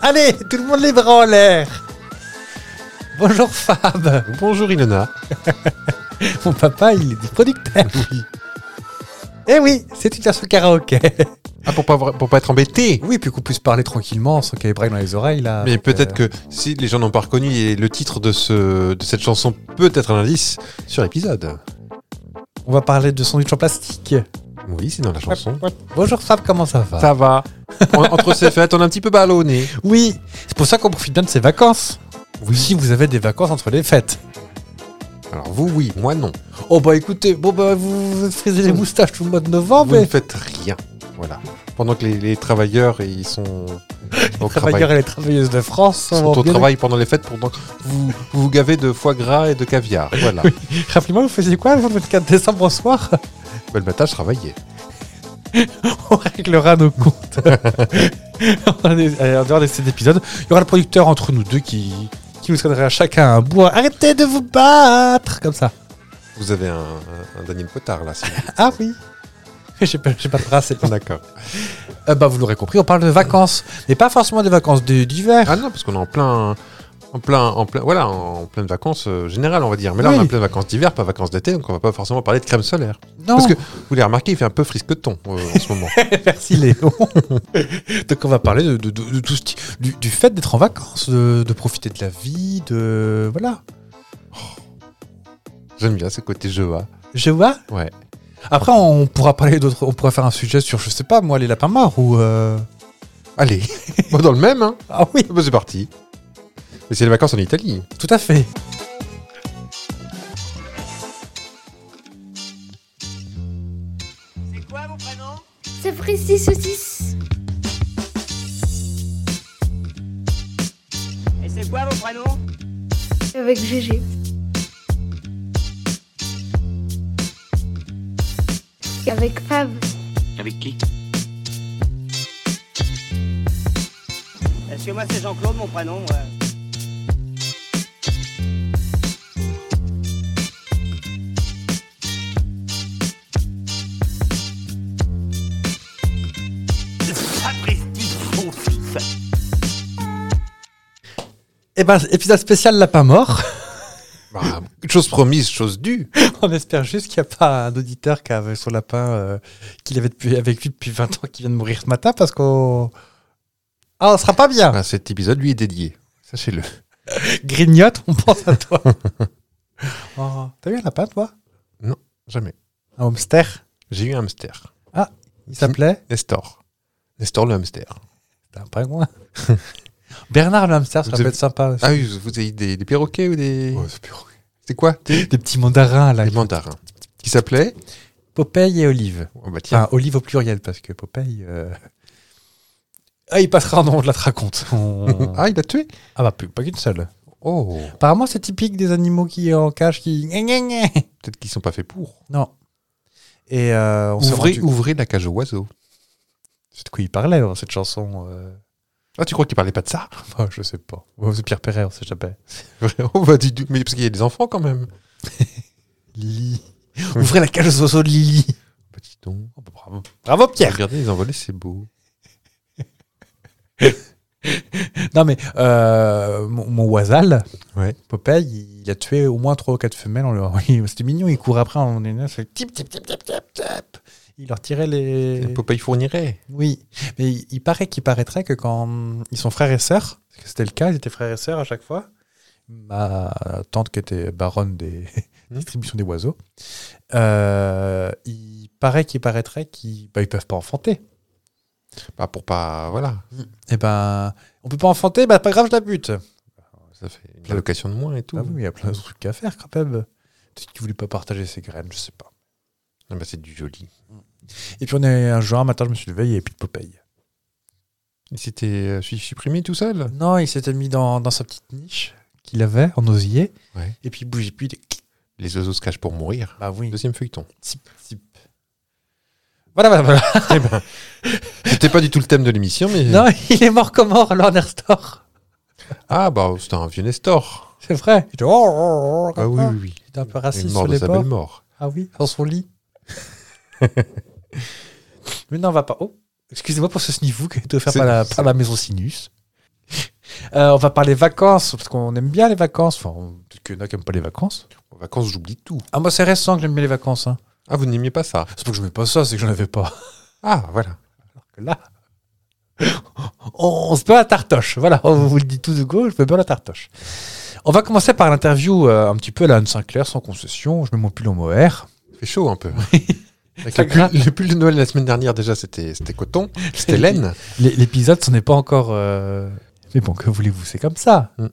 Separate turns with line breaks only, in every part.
Allez, tout le monde les bras en l'air. Bonjour Fab.
Bonjour Ilona.
Mon papa, il est producteur.
Oui.
Eh oui, c'est une version karaoké.
Ah, pour pas, pour pas être embêté.
Oui, puis qu'on puisse parler tranquillement sans qu'il y ait des brailles dans les oreilles là.
Mais
Donc,
peut-être
euh,
que si les gens n'ont pas reconnu, et le titre de, ce, de cette chanson peut être un indice sur l'épisode.
Euh, On va parler de sandwich en plastique.
Oui, c'est dans la chanson.
Bonjour Fab, comment ça va
Ça va. On- entre ces fêtes, on a un petit peu ballonné.
Oui, c'est pour ça qu'on profite bien de ses vacances. Oui. Si vous avez des vacances entre les fêtes.
Alors vous, oui, moi non.
Oh bah écoutez, bon bah vous vous frisez les moustaches tout le mois de novembre.
Vous ne
et-
faites rien. Voilà. Pendant que les, les travailleurs, ils sont au
travailleurs
travail.
et les travailleuses de France
Ils sont
vont
au
bien-
travail pendant les fêtes, pendant que vous vous, vous gavez de foie gras et de caviar. Voilà.
Oui. Rappelez-moi, vous faisiez quoi le 24 décembre au soir
Bah, le matin, je travaillais.
On réglera nos comptes. On est- allez, en dehors de cet épisode, il y aura le producteur entre nous deux qui, qui nous donnera chacun un bois. Arrêtez de vous battre Comme ça.
Vous avez un, un, un Daniel Potard là. si vous voulez.
Ah oui J'ai pas, j'ai pas de bras, c'est bon.
D'accord.
Euh, bah, vous l'aurez compris, on parle de vacances, mais pas forcément des vacances d- d'hiver.
Ah non, parce qu'on est en plein, en plein, en plein, voilà, en plein de vacances euh, générales, on va dire. Mais là,
Oui.
on est en plein de vacances d'hiver, pas vacances d'été, donc on va pas forcément parler de crème solaire.
non,
Parce que vous l'avez remarqué, il fait un peu frisqueton euh, en ce moment.
merci Léon. Donc on va parler de, de- de- de tout ce qui- du, du fait d'être en vacances, de, de profiter de la vie, de voilà.
J'aime bien ce côté jeu. hein.
Je vois.
Ouais.
Après on pourra parler d'autres, on pourra faire un sujet sur je sais pas moi les lapins morts ou euh,
Allez, on est dans le même. Hein.
ah oui
Ah bah, c'est parti. Et c'est les vacances en Italie.
tout à fait.
C'est quoi vos prénoms
C'est Fristy Saucisse.
Et c'est quoi vos prénoms
Avec GG. Avec Fab.
Avec qui
Est-ce que moi c'est Jean-Claude mon prénom ouais.
Et ben épisode spécial lapin mort.
Bah, chose promise, chose due.
on espère juste qu'il n'y a pas un auditeur qui avait son lapin euh, qu'il avait depuis, avec lui depuis 20 ans qui vient de mourir ce matin parce qu'on ah on sera pas bien.
Ah, cet épisode lui est dédié. Sachez-le.
Grignote, on pense à toi. Oh, T'as eu un lapin, toi
Jamais.
Un hamster
J'ai eu un hamster.
Il s'appelait
Nestor. Nestor le hamster.
T'as un pingouin. Bernard le hamster, ça
Vous
peut
avez-
être sympa. aussi.
Ah oui, vous avez des, des perroquets ou des. c'est quoi Des,
Des petits mandarins, là.
des mandarins. Qui s'appelait
Popeye et Olive.
Oh bah tiens.
Enfin, Olive au pluriel, parce que Popeye... euh, Ah, il passera en nom, je la te raconte. On-
Ah, il l'a tué
ah bah, plus- pas qu'une seule.
Oh
Apparemment, c'est typique des animaux qui en cage, qui... Gna, gna, gna.
Peut-être qu'ils sont pas faits pour.
Non. Et euh, on s'est
Ouvrez,
rendu-
ouvrez la cage aux oiseaux.
C'est de quoi il parlait dans cette chanson euh,
Ah, tu crois qu'ils parlaient pas de ça
bah, Je sais pas. Ouais, C'est Pierre Perret, on sait jamais.
Vraiment bah, dis donc. Mais parce qu'il y a des enfants quand même.
Lily. Ouvrez la cage aux oiseaux de Lily.
Petit don. Ah, bah, bravo.
Bravo Pierre.
Regardez les envolées, c'est beau.
Non mais euh, mon, mon oisal,
Ouais.
Popeye, il a tué au moins trois ou quatre femelles. on leur- il- C'était mignon, il courait après, on est là, c'est tip tip tip tip tip tip. Il leur tirait les.
Et... Popeye fournirait.
Oui, mais il, il paraît qu'il paraîtrait que quand hum, ils sont frères et sœurs, parce que c'était le cas, ils étaient frères et sœurs à chaque fois. Ma tante qui était baronne des
Mhm.
distributions des oiseaux, euh, il paraît qu'il paraîtrait qu'ils bah, ils peuvent pas enfanter.
Bah, pour pas. Voilà.
Eh ben, on peut pas enfanter, bah pas grave, je la bute.
Ça fait une allocation de moins et tout.
Ah oui, il y a plein de trucs à faire quand même. Peut-être qu'il voulait pas partager ses graines, je sais pas.
Ah bah, c'est du joli.
Et puis on est un jour, un matin, je me suis levé, il n'y avait plus de Popeye.
Il s'était euh, su- supprimé tout seul.
Non, il s'était mis dans, dans sa petite niche qu'il avait en osier.
Ouais.
Et puis il bougeait plus. il était-
Les oiseaux se cachent pour mourir.
Bah oui.
Deuxième feuilleton.
Zip, zip. Voilà, voilà, voilà.
Eh ben, C'était pas du tout le thème de l'émission, mais.
Non, il est mort comme mort, alors Nestor.
Ah, bah, c'était un vieux Nestor.
C'est vrai. Il était, oh, oh, oh,
Ah
comme
oui,
ça.
oui, oui.
Il était un peu
Il est
raciste
mort
sur
de
les
sa
bords.
belle mort.
Ah oui, dans son lit. Mais non, on va pas. Oh, excusez-moi pour ce snivou qui a été offert
C'est-
par la,
c'est-
par la maison Sinus. Euh, on va parler vacances, parce qu'on aime bien les vacances. Enfin, on- peut-être qu'il y en a qui n'aiment pas les vacances.
En vacances, j'oublie tout.
Ah, moi, c'est récent que j'aime bien les vacances. hein.
Ah, vous n'aimiez pas ça
C'est pas que je n'aimais pas ça, c'est que je n'en avais pas.
Ah, voilà.
que là, on, on se peut la tartoche. Voilà, on vous le dit tout de go, je peux bien la tartoche. On va commencer par l'interview euh, un petit peu à la Anne Sinclair, sans concession. Je mets mon pull en mohair.
Il fait chaud un peu. Avec
Ça
le pull,
gratte.
le pull de Noël la semaine dernière, déjà, c'était c'était coton, c'était laine.
L'é- L'épisode, ce n'est pas encore. euh, Mais bon, que voulez-vous, c'est comme ça.
Mm.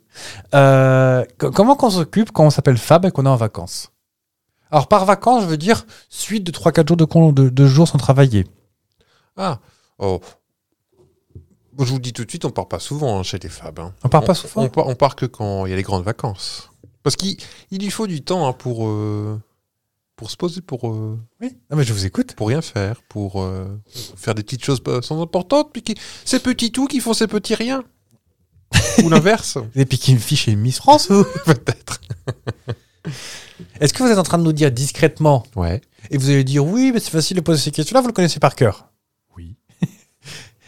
Euh, co- comment qu'on s'occupe quand on s'appelle Fab et qu'on est en vacances Alors, par vacances, je veux dire suite de 3-4 jours de, con- de, de jours sans travailler.
Ah, oh. Bon, Je vous le dis tout de suite, on part pas souvent hein, chez les Fab. hein.
On part pas souvent
On part, on part que quand il y a les grandes vacances. Parce qu'il il lui faut du temps hein, pour, euh, pour se poser, pour, euh,
Oui. Non, mais je vous écoute.
pour rien faire, pour euh, faire des petites choses pas- sans importantes. Puis qui- ces petits tout qui font ces petits riens. Ou l'inverse,
Et puis qui me fiche chez Miss France, ou
peut-être.
Est-ce que vous êtes en train de nous dire discrètement
Ouais.
Et vous allez dire oui, mais c'est facile de poser ces questions-là, vous le connaissez par cœur. Oui.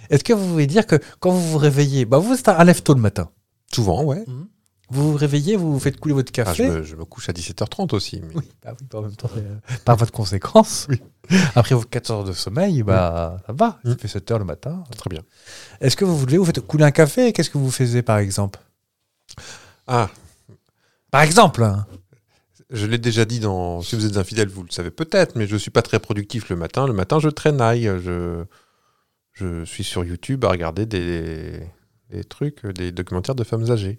Est-ce que vous voulez dire que quand vous vous réveillez, bah vous êtes un lève tôt le matin.
Souvent, ouais.
Vous vous réveillez, vous vous faites couler votre
Ah, je,
café.
me, je me couche à 17h30 aussi. mais-
Oui, bah oui, bah, en même temps, c'est, euh, par votre conséquence. Après vos 14 heures de sommeil, bah ça va, ça
Mm.
fait 7 heures le matin.
Très bien.
Est-ce que vous voulez vous faites couler un café Qu'est-ce que vous faisiez par exemple
Ah,
Par exemple hein.
je l'ai déjà dit dans. Si vous êtes infidèle, vous le savez peut-être, mais je suis pas très productif le matin. Le matin, je traînaille. Je, je suis sur YouTube à regarder des, des trucs, des documentaires de femmes âgées.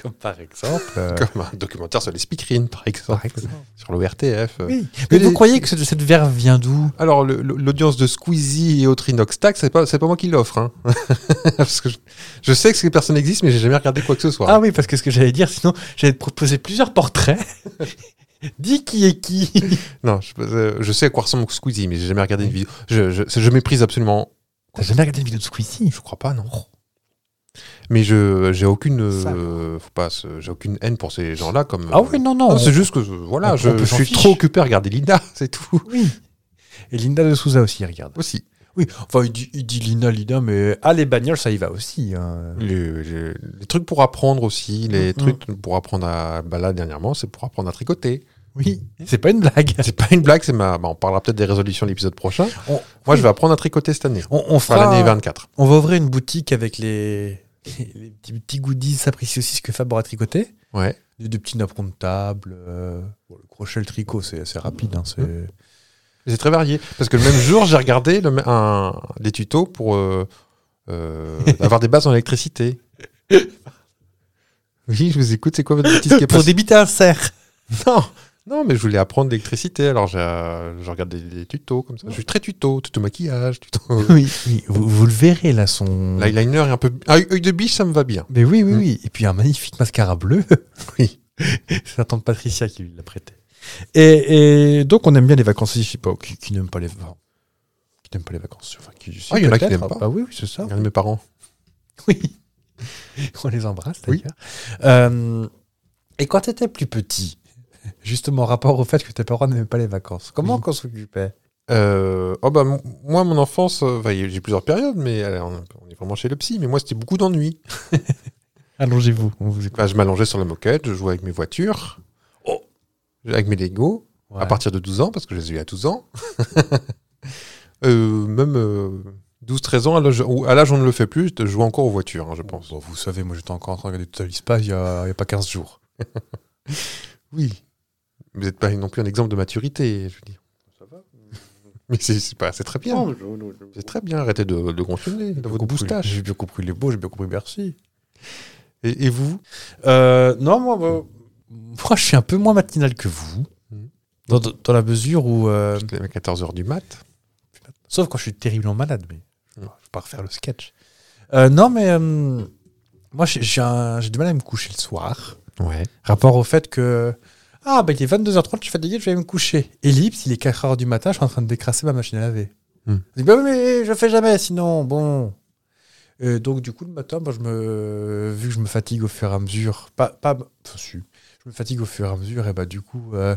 Comme par exemple. euh,
Comme un documentaire sur les speakerines, par exemple.
par exemple.
Sur l'ORTF.
Oui.
Mais
Mais vous
les-
croyez que cette, cette verve vient d'où
Alors, le- le- l'audience de Squeezie et autres Inox Tax, c'est pas, c'est pas moi qui l'offre. hein. Parce que je, je sais que ces personnes existent, mais j'ai jamais regardé quoi que ce soit.
Ah oui, parce que ce que j'allais dire, sinon j'allais te proposer plusieurs portraits. Dis qui est qui.
Non, je, euh, je sais à quoi ressemble Squeezie, mais j'ai jamais regardé une vidéo. Je, je- je méprise absolument.
T'as jamais regardé une vidéo de Squeezie
Je crois pas, non. Mais je j'ai aucune,
Ça.
euh, faut pas, se- j'ai aucune haine pour ces gens-là. Comme
Ah oui, non, non.
Non, c'est juste que euh, voilà,
on-
je,
on peut
je
s'en
suis
fiche.
trop occupé à regarder Linda, c'est tout.
Oui. Et Linda de Souza aussi, regarde.
Aussi.
Oui, enfin, il dit, Linda, Linda, mais ah, les bagnoles, ça y va aussi. hein.
Les, les- les trucs pour apprendre aussi, les
Mhm.
trucs pour apprendre à. Bah là, dernièrement, c'est pour apprendre à tricoter.
Oui, c'est pas une blague.
C'est pas une blague, c'est ma. bah, on parlera peut-être des résolutions de l'épisode prochain.
Ah. On-
Moi,
oui.
je vais apprendre à tricoter cette année.
On, on
Enfin,
fera,
l'année 24.
on va ouvrir une boutique avec les, les petits, petits goodies, ça précise aussi ce que Fab aura tricoté.
Ouais.
Des, des petits napperons de table, euh, bon, le crochet, le tricot, c'est assez rapide. hein, c'est-
C'est très varié. Parce que le même jour, j'ai regardé le, m- un- des tutos pour euh, euh, avoir des bases en électricité. Oui, je vous écoute. C'est quoi votre bêtise qui est
Pour
passée
débiter un cerf.
Non, non, mais je voulais apprendre l'électricité. Alors, j'ai, euh, je regarde des, des tutos comme ça. Je suis très tuto. Tuto maquillage, tuto.
Oui, oui, vous, vous le verrez là, son.
L'eyeliner est un peu. Ah, œil de biche, ça me va bien.
Mais oui, oui,
Mm.
oui. Et puis un magnifique mascara bleu.
Oui.
C'est la tante Patricia qui lui l'a prêté. Et, et donc, on aime bien les vacances. Je sais pas, qui, qui n'aime pas les vacances Qui n'aime pas les vacances enfin, qui, si,
Ah, il y en a qui
peut-être.
n'aiment pas.
Ah, bah oui, oui, c'est ça.
Regarde mes parents.
Oui. on les embrasse,
Oui.
d'ailleurs. Euh, et quand tu étais plus petit, justement, en rapport au fait que tes parents n'aimaient pas les vacances, comment
Oui.
qu'on s'occupait
Euh, oh bah, mon- moi, mon enfance, euh, enfin, j'ai plusieurs périodes, mais euh, on on est vraiment chez le psy. Mais moi, c'était beaucoup d'ennui.
Allongez-vous, on vous écoute.
Bah, je m'allongeais sur la moquette, je jouais avec mes voitures, avec mes Lego, à
Ouais.
partir de 12 ans, parce que je les ai eu à 12 ans. Euh, même 12-13 ans, à l'âge où- à l'âge où on ne le fait plus, je jouais encore aux voitures, hein, je pense.
Bon, vous savez, moi j'étais encore en train de regarder Total Espace il n'y a, il y a pas 15 jours.
Oui. Vous n'êtes pas non plus un exemple de maturité, je veux dire. Mais c'est- c'est pas- c'est très bien. C'est très bien, arrêtez de, de gonfler le nez, dans votre moustache.
J'ai bien compris les beaux, j'ai bien compris merci.
Et, et vous
Euh, non, moi, moi, moi, je suis un peu moins matinal que vous.
Mhm.
Dans, dans- dans la mesure où. euh,
Je te lève à 14h du mat.
sauf quand je suis terriblement malade, mais je
Mhm.
vais pas refaire le sketch. Euh, non, mais euh, moi, j'ai- j'ai un- j'ai du mal à me coucher le soir.
Ouais.
Rapport au fait que. Ah, bah, il est 22h30, je suis fatigué, je vais me coucher. Ellipse, il est 4h du matin, je suis en train de décrasser ma machine à laver.
Hmm.
Je dis, bah oui, mais je fais jamais, sinon, bon. Euh, donc, du coup, le matin, moi, je me... vu que je me fatigue au fur et à mesure, pas. pas... Enfin, si. Je me fatigue au fur et à mesure, et bah, du coup, euh,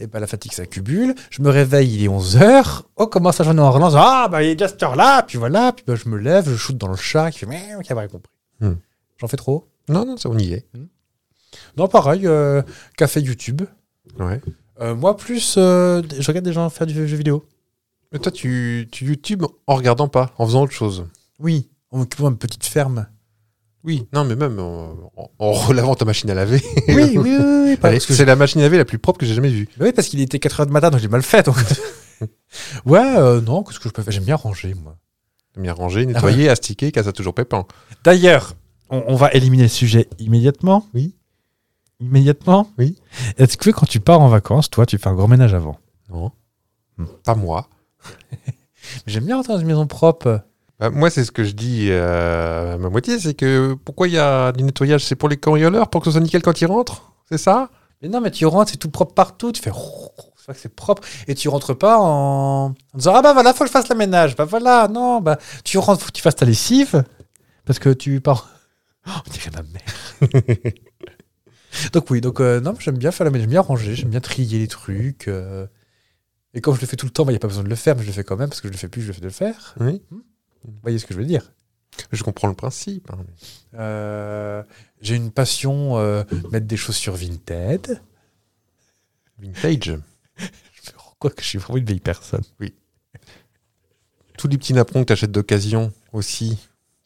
et bah, la fatigue s'accumule. Je me réveille, il est 11h. Oh, comment ça, j'en ai en relance Ah, bah, il est déjà cette heure-là, puis voilà, puis bah, je me lève, je shoot dans le chat, qui fait, mais, qui a pas compris.
Hmm.
J'en fais trop
Non, non, ça, on y est.
Non, pareil, euh, café YouTube.
Ouais.
Euh, moi, plus, euh, je regarde des gens faire du jeu vidéo.
Mais toi, tu, tu YouTube en regardant pas, en faisant autre chose.
Oui, on m'occupe une petite ferme.
Oui. Non, mais même en, en- en relavant ta machine à laver.
Oui, oui, oui. oui,
Allez,
parce que
C'est la machine à laver la plus propre que j'ai jamais vue.
Oui, parce qu'il était 4h du matin, donc j'ai mal fait. donc. ouais, euh, non, qu'est-ce que je peux faire J'aime bien ranger, moi.
Bien ranger, nettoyer, astiquer, car ça toujours pépin.
D'ailleurs, on, on va éliminer le sujet immédiatement.
Oui.
Immédiatement
Oui.
Est-ce que quand tu pars en vacances, toi, tu fais un gros ménage avant
Non.
Hmm.
Pas moi.
J'aime bien rentrer dans une maison propre.
Bah, moi, c'est ce que je dis euh, à ma moitié, c'est que pourquoi il y a du nettoyage C'est pour les cambrioleurs, pour que ce soit nickel quand ils rentrent C'est ça
Mais non, mais tu rentres, c'est tout propre partout. Tu fais. C'est vrai que c'est propre. Et tu rentres pas en... en disant Ah bah voilà, faut que je fasse le ménage. Bah voilà, non, bah tu rentres, faut que tu fasses ta lessive. Parce que tu pars. Oh, on dirait ma mère. donc oui, donc euh, non, j'aime bien faire la ménage, j'aime bien ranger, j'aime bien trier les trucs. euh. Et comme je le fais tout le temps, il n'y a pas besoin de le faire, mais je le fais quand même parce que je le fais plus, je le fais de le faire.
Oui.
Vous voyez ce que je veux dire
Je comprends le principe. hein, mais-
Euh, J'ai une passion, euh, mettre des chaussures vintage.
Vintage.
Je me rends compte que je suis vraiment une vieille personne.
Tous les petits napperons que tu achètes d'occasion aussi,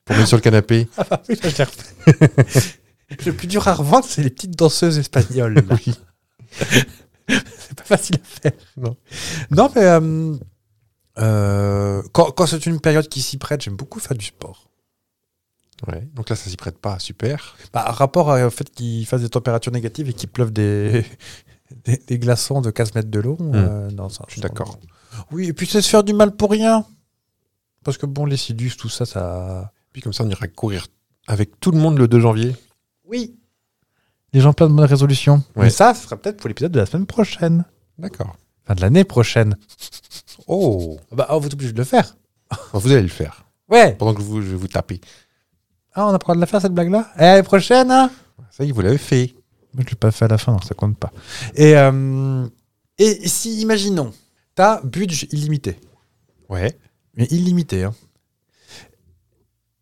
pour mettre sur le canapé.
Ah bah oui, là, je l'ai refait. Le plus dur à revendre, c'est les petites danseuses espagnoles. là.
Oui.
c'est pas facile à faire.
Non.
Non, mais euh, euh, quand, quand c'est une période qui s'y prête, j'aime beaucoup faire du sport.
Ouais. Donc là, ça s'y prête pas. Super.
Bah, rapport à- au fait qu'il fasse des températures négatives et qu'il pleuve des, des, des glaçons de 15 mètres de long, euh, non, ça,
Hmm. Je suis d'accord.
Oui, et puis c'est se faire du mal pour rien. Parce que bon, les sidus, tout ça, ça.
Puis comme ça, on ira courir avec tout le monde le 2 janvier.
Oui. Les gens plein de bonnes résolutions.
Ouais.
Mais ça, ce sera peut-être pour l'épisode de la semaine prochaine.
D'accord.
Enfin, de l'année prochaine.
Oh
Ah Bah, on vous êtes obligé de le faire.
Vous allez le faire.
Ouais.
Pendant que vous, je vais vous taper.
Ah, on a pas le droit de la faire, cette blague-là Eh, l'année prochaine, hein
Ça y est, vous l'avez fait.
Moi, Je l'ai pas fait à la fin, donc ça compte pas. Et, euh, et si, imaginons, t'as budget illimité.
Ouais.
Mais illimité, hein.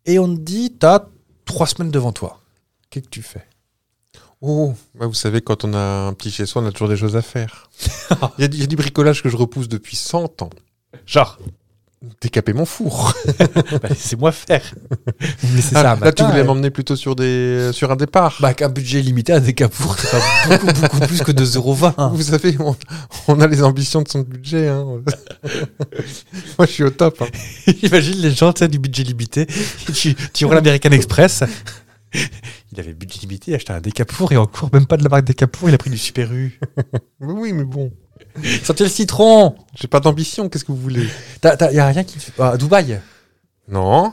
Et on te dit, t'as trois semaines devant toi. Qu'est-ce que tu fais
Oh, bah, vous savez, quand on a un petit chez soi, on a toujours des choses à faire. Il y, a du- il y a du bricolage que je repousse depuis 100 ans.
Genre,
Décaper mon four.
bah, laissez-moi faire. Mais c'est
Ah,
ça, un
là, tu
matin,
voulais
euh,
m'emmener plutôt sur, des, sur un départ.
Bah, qu'un budget limité à des capours, c'est pas beaucoup, beaucoup plus que 2,20€. hein.
Vous savez, on, on a les ambitions de son budget. hein. Moi, je suis au top. hein.
Imagine les gens, tu sais, du budget limité. tu, tu vois l'American Express. Il avait budget limité, il a acheté un décapour et encore, même pas de la marque décapour, il a pris du Super U.
Oui, Oui, mais bon,
Sortez le citron
j'ai pas d'ambition. Qu'est-ce que vous voulez
T'as- t'as- Y a rien qui. Ah, à Dubaï,
Non.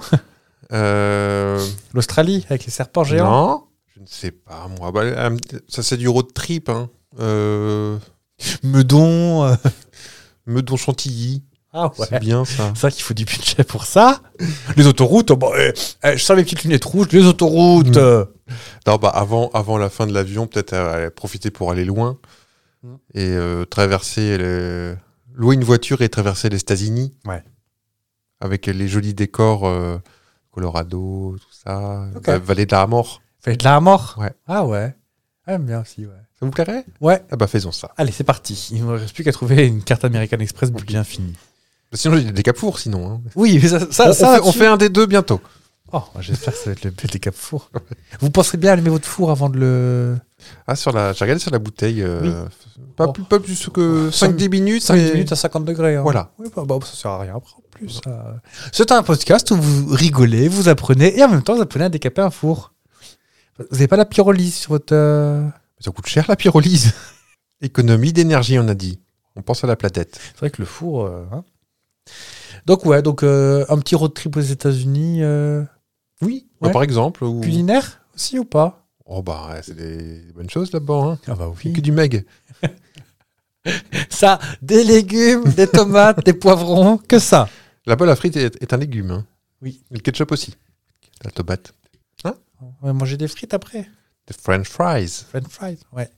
Euh,
l'Australie, avec les serpents géants.
non. Je ne sais pas, moi. Bah, euh, ça, c'est du road trip. Hein. Euh,
Meudon. euh,
Meudon Chantilly.
Ah
C'est bien, ça.
C'est ça qu'il faut du budget pour ça. Les autoroutes, oh, bon, eh, eh, je sors mes petites lunettes rouges, les autoroutes.
Mm.
euh.
Non, bah, avant, avant la fin de l'avion, peut-être euh, profiter pour aller loin
Mm.
et euh, traverser, le- louer une voiture et traverser les États-Unis.
Ouais.
Avec les jolis décors euh, Colorado, tout ça,
Ok.
la vallée de la mort.
Fait de la mort.
Ouais.
Ah ouais. Ah, J'aime bien aussi, ouais.
Ça vous plairait
Ouais.
Ah bah faisons ça.
Allez, c'est parti. Il ne me reste plus qu'à trouver une carte American Express budget infini.
Sinon, il y a des capours, sinon. hein.
Oui, mais ça, ça, ça,
on, on fait, on
tu-
fait un des deux bientôt.
Oh, j'espère que ça va être le des cap four. Vous penserez bien à allumer votre four avant de le.
Ah, sur la, j'ai regardé sur la bouteille. euh, Pas,
Oh.
plus, pas plus que
Cinq-
5-10 minutes.
5
mais-
minutes à 50 degrés. hein.
Voilà.
Oui, bah, bah, ça sert à rien après en plus. ça. C'est un podcast où vous rigolez, vous apprenez et en même temps vous apprenez à décaper un four. Vous n'avez pas la pyrolyse sur votre. euh,
Ça coûte cher la pyrolyse. Économie d'énergie, on a dit. On pense à la platette.
C'est vrai que le four. euh, hein. Donc, ouais, donc euh, un petit road trip aux États-Unis. euh, Oui,
Bah,
ouais.
Par exemple. Ou...
culinaire aussi ou pas
Oh bah ouais, c'est des des bonnes choses là-bas. Hein.
Ah bah
Que du meg.
Ça, des légumes, des tomates, des poivrons, que ça.
Là-bas, la frite est, est un légume. hein.
Oui.
Et le ketchup aussi. La tomate.
On va manger des frites après.
Des French fries.
French fries, ouais.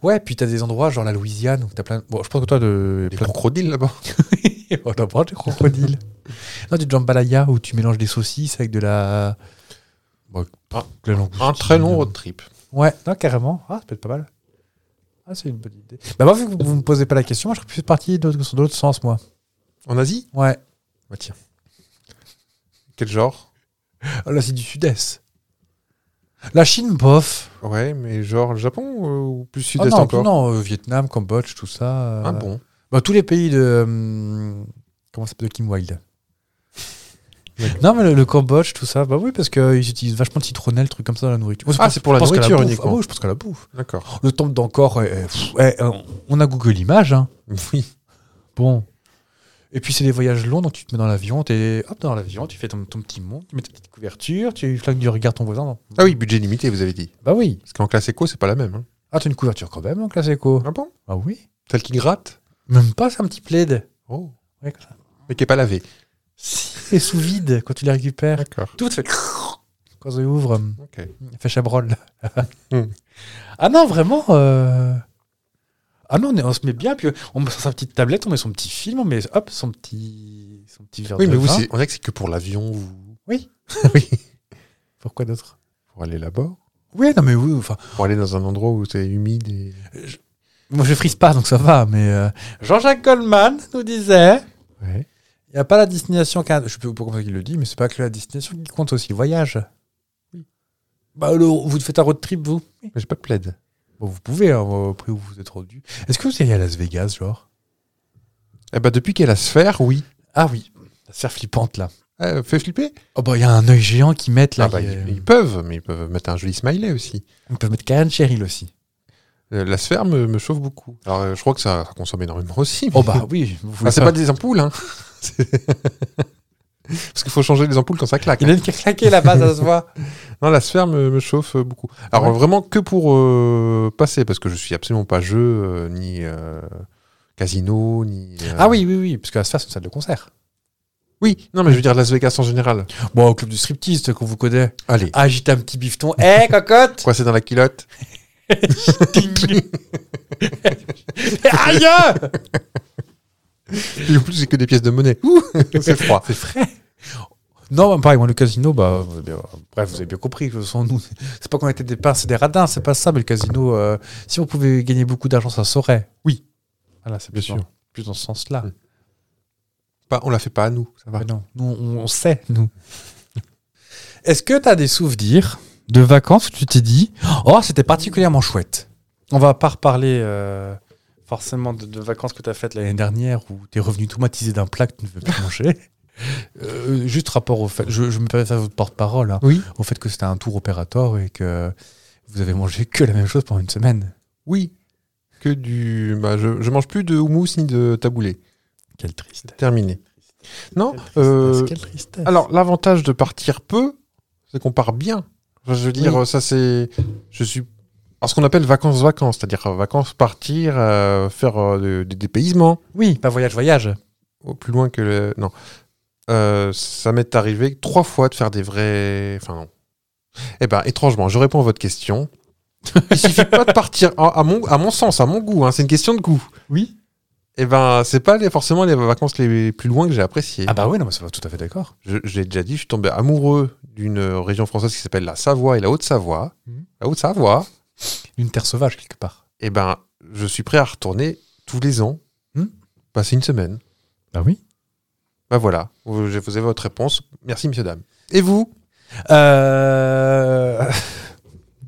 Ouais, puis t'as des endroits genre la Louisiane où t'as plein. Bon, je pense que toi, de.
Des crocodiles là-bas.
On en mange des crocodiles. non, du jambalaya où tu mélanges des saucisses avec de la. Bon,
Ah,
le langoustine.
Un très long road trip.
Ouais, non, carrément. Ah, ça peut être pas mal. Ah, c'est une bonne idée. Bah, moi, vu que vous ne me posez pas la question, moi, je serais plus parti dans l'autre- dans l'autre sens, moi.
En Asie
Ouais.
Bah tiens. Quel genre
Ah, là, c'est du sud-est. La Chine, bof.
Ouais, mais genre le Japon euh, ou plus
Ah
sud-est
non,
encore
non, euh, Vietnam, Cambodge, tout ça. euh,
Ah bon
bah, tous les pays de. hum, comment ça s'appelle de Kim Wilde Non, mais le, le Cambodge, tout ça. Bah oui, parce qu'ils utilisent vachement de citronnelle, truc comme ça dans la nourriture.
Ah, c'est pour la
Je pense qu'à
nourriture
bouffe.
uniquement.
Ah oui, je pense qu'à la bouffe.
D'accord.
Le temple d'encore. euh, on a Google Images, hein.
Oui.
Bon. Et puis c'est des voyages longs, donc tu te mets dans l'avion, t'es hop dans l'avion, tu fais ton, ton petit monde, tu mets ta petite couverture, tu flaques du regard ton voisin. non.
Ah oui, budget limité, vous avez dit.
Bah oui.
Parce qu'en classe éco, c'est pas la même. hein.
Ah t'as une couverture quand même en classe éco.
Ah bon
Ah oui.
Celle qui gratte
Même pas, c'est un petit plaid.
Oh.
Ouais, comme ça.
Mais qui est pas lavée.
C'est sous vide quand tu les récupères.
D'accord.
Tout fait quand ça ouvre, hum,
Ok.
il fait chabrol.
Hmm.
ah non vraiment. euh, Ah non on, est- on se met bien puis on met sur sa petite tablette, on met son petit film, on met hop son petit son petit verre
Oui,
de
mais vous,
vin.
c'est- on dirait que c'est que pour l'avion, vous.
Pourquoi d'autre
Pour aller là-bas
Oui non mais oui enfin.
Pour aller dans un endroit où c'est humide et.
Moi, je frise pas, donc ça va, mais... euh, Jean-Jacques Goldman nous disait...
Ouais.
Il n'y a pas la destination... qui a- Je sais pas pourquoi il le dit, mais c'est pas que la destination qui compte aussi, le voyage. Bah, le- vous faites un road trip, vous
Mais j'ai pas de plaid.
Bon, Vous pouvez, hein, au prix où vous êtes rendu. Est-ce que vous allez à Las Vegas, genre
Eh ben, depuis qu'il y a la sphère, oui.
Ah oui, la sphère flippante, là.
Euh, fait flipper
Oh bah, il y a un œil géant qui mettent, là.
Ah bah,
il y a-
ils, ils peuvent, mais ils peuvent mettre un joli smiley aussi.
Ils peuvent mettre Karen Cheryl aussi.
Euh, la sphère me, me chauffe beaucoup. Alors, euh, je crois que ça, ça consomme énormément aussi.
Oh bah oui, vous pouvez
Ah, c'est
pas-
pas des ampoules, hein C'est- Parce qu'il faut changer les ampoules quand ça claque.
Il a une qui a claqué là-bas, ça se voit.
Non, la sphère me, me chauffe euh, beaucoup. Alors
Ouais.
euh, vraiment que pour euh, passer, parce que je suis absolument pas jeu, euh, ni euh, casino, ni... euh,
Ah oui, oui, oui, parce que la sphère, c'est une salle de concert.
Oui, non mais je veux dire Las Vegas en général.
Bon, au club du striptease, qu'on vous connaît.
Allez,
Agite un petit bifton. Hé, cocotte
quoi c'est dans la culotte
Aïe
Et en plus c'est que des pièces de monnaie. Ouh, c'est froid.
C'est frais Non, bah, pareil, moi, le casino, bah, vous avez bien- bref, vous avez bien compris que sans nous, c'est pas qu'on était des pinces et des radins, c'est pas ça, mais le casino, euh, si on pouvait gagner beaucoup d'argent, ça saurait. Oui. Voilà, c'est
Bien
plus
sûr.
dans- plus dans ce sens-là.
Mm. Pas, Bah, on la fait pas à nous, ça va.
Mais Bah non, nous, on, on sait, nous. Est-ce que tu as des souvenirs de vacances où tu t'es dit Oh, c'était particulièrement chouette On va pas reparler euh, forcément de, de vacances que tu as faites l'année dernière où tu es revenu traumatisé d'un plat que tu ne veux plus manger. Euh, juste rapport au fait, je, je me permets de faire votre porte-parole, hein,
Oui.
au fait que c'était un tour opérateur et que vous avez mangé que la même chose pendant une semaine.
Oui. Que du... Bah, je, je mange plus de houmous ni de taboulé.
Quelle triste.
Terminé. Non,
Quelle tristesse.
euh,
quelle tristesse.
Alors, l'avantage de partir peu, c'est qu'on part bien. Enfin, je veux dire,
Oui.
euh, ça c'est. Je suis. Alors, ce qu'on appelle vacances-vacances, c'est-à-dire euh, vacances, partir, euh, faire euh, de- des dépaysements,
oui, pas voyage, voyage.
au plus loin que le. Non. Euh, ça m'est arrivé trois fois de faire des vrais. Enfin, non. Eh ben, étrangement, je réponds à votre question. Il suffit pas de partir, à, à mon, à mon sens, à mon goût, hein, c'est une question de goût.
Oui.
Eh ben, c'est pas les, forcément les vacances les plus loin que j'ai appréciées.
Ah bah oui, non, mais ça va tout à fait d'accord.
je, je l'ai déjà dit, je suis tombé amoureux d'une région française qui s'appelle la Savoie et la Haute-Savoie.
Mhm.
La Haute-Savoie,
Une terre sauvage quelque part.
eh ben, je suis prêt à retourner tous les ans,
Mhm.
passer une semaine.
Bah oui.
Ben voilà, vous, je- vous avez votre réponse. Merci, messieurs, dames. Et vous
Euh...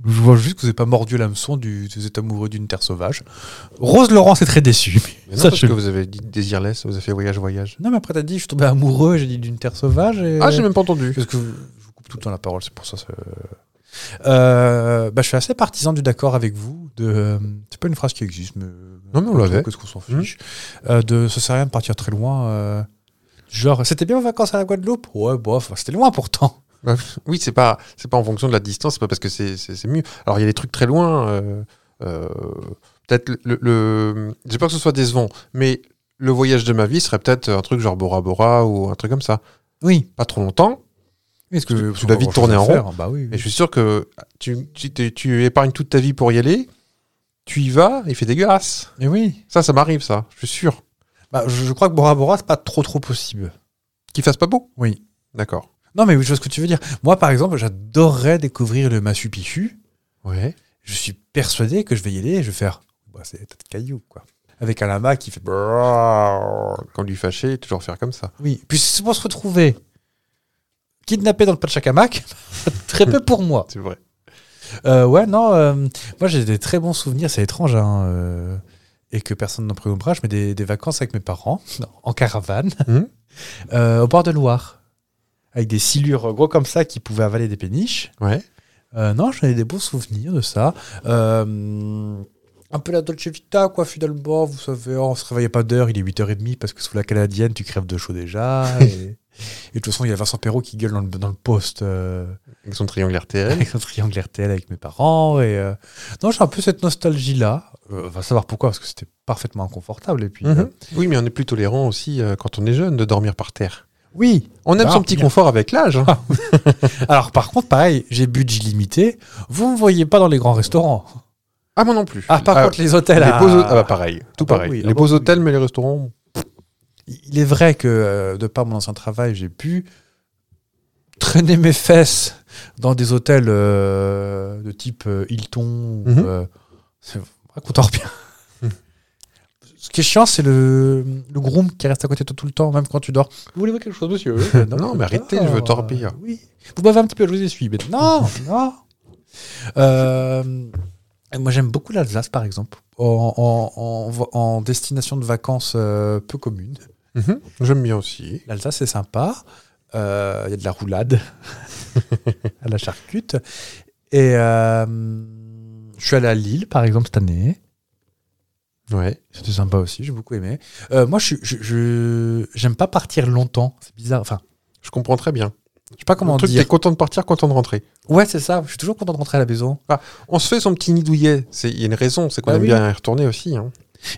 Je vois juste que vous n'avez pas mordu l'hameçon du vous êtes amoureux d'une terre sauvage. Rose Laurence est très déçue.
Mais non,
Ça,
parce
je-
que vous avez dit désirless, vous avez fait voyage, voyage.
Non, mais après, t'as dit, je suis tombé amoureux, j'ai dit d'une terre sauvage. Et...
Ah, j'ai même pas entendu.
Parce que vous- je vous coupe tout le temps la parole, c'est pour ça. c'est- Euh, bah, je suis assez partisan du d'accord avec vous. De... euh, C'est pas une phrase qui existe, mais.
Non, mais on l'avait. Hmm.
Qu'est-ce qu'on s'en fiche Euh, De ça sert à rien de partir très loin. euh, Genre, c'était bien aux vacances à la Guadeloupe Ouais, bof, c'était loin pourtant.
Bah, oui, c'est pas, c'est pas en fonction de la distance, c'est pas parce que c'est, c'est- c'est mieux. Alors, il y a des trucs très loin. euh, euh, peut-être le, le- le- J'ai peur que ce soit décevant, mais le voyage de ma vie serait peut-être un truc genre Bora Bora ou un truc comme ça.
Oui.
Pas trop longtemps,
Est-ce
que- parce que la vie tournait en
Bah oui.
mais je suis sûr que tu, tu, t'es- tu épargnes toute ta vie pour y aller, tu y vas, il fait dégueulasse.
Mais oui.
Ça, ça m'arrive, ça, je suis sûr.
Bah, je, je crois que Bora Bora, c'est pas trop trop possible.
Qu'il fasse pas beau
Oui.
D'accord.
Non, mais oui, je vois ce que tu veux dire. Moi, par exemple, j'adorerais découvrir le Machu Picchu.
Ouais.
Je suis persuadé que je vais y aller et je vais faire. Bah, c'est des tas de cailloux, quoi. Avec un lama qui fait. brrrr.
Quand lui fâché, toujours faire comme ça.
Oui. Puis c'est pour se retrouver kidnappé dans le Pachacamac, très peu pour moi.
C'est vrai.
Euh, ouais, non, euh, moi j'ai des très bons souvenirs, c'est étrange, hein, euh, et que personne n'en prend ombrage, mais des, des vacances avec mes parents, en caravane,
Mhm.
euh, au bord de Loire, avec des silures gros comme ça qui pouvaient avaler des péniches.
Ouais.
Euh, non, j'avais des beaux souvenirs de ça. Euh, un peu la Dolce Vita, quoi, finalement, vous savez, on se réveillait pas d'heure, il est 8h30 parce que sous la canadienne, tu crèves de chaud déjà. et, et de toute façon, il y a Vincent Perrault qui gueule dans le, dans le poste. euh,
Avec son triangle RTL.
avec un triangle RTL avec mes parents. Et euh, non, j'ai un peu cette nostalgie-là. Euh, va savoir pourquoi, parce que c'était parfaitement inconfortable. Et puis,
Mhm.
euh,
Oui, mais on est plus tolérant aussi euh, quand on est jeune de dormir par terre.
oui.
On aime
Ah,
son petit
bien.
confort avec l'âge. hein.
Alors, par contre, pareil, j'ai budget limité. Vous me voyez pas dans les grands restaurants.
Ah, moi non plus.
Ah, par contre, les
les
hôtels. ah,
beaux hô- ah bah pareil, tout
Ah bah
pareil.
oui, ah
les
bah
beaux
oui.
hôtels, mais les restaurants.
Il est vrai que, euh, de par mon ancien travail, j'ai pu traîner mes fesses dans des hôtels euh, de type euh, Hilton. ou,
Mhm.
euh, c'est vrai qu'on dort bien. Ce qui est chiant, c'est le, le groom qui reste à côté de toi tout le temps, même quand tu dors. Vous voulez voir quelque chose, monsieur Euh,
Non, mais arrêtez,
dors.
je veux torpiller.
Oui. Vous bavez un petit peu, je vous essuie. Mais non, non. Euh, moi, j'aime beaucoup l'Alsace, par exemple, en, en- en- en destination de vacances euh, peu commune.
Mhm. J'aime bien aussi.
L'Alsace, c'est sympa. Euh, Il y a de la roulade à la charcute. Et euh, je suis allé à Lille, par exemple, cette année.
Ouais.
C'était sympa aussi, j'ai beaucoup aimé. Euh, moi, je suis- je- je j'aime pas partir longtemps. C'est bizarre. Enfin,
Je comprends très bien.
je sais pas comment
le truc,
dire.
t'es content de partir, content de rentrer.
Ouais, c'est ça. Je suis toujours content de rentrer à la maison.
On se fait son petit nid douillet. C'est- Il y a une raison, c'est qu'on
Bah
aime
oui.
bien y retourner aussi. hein.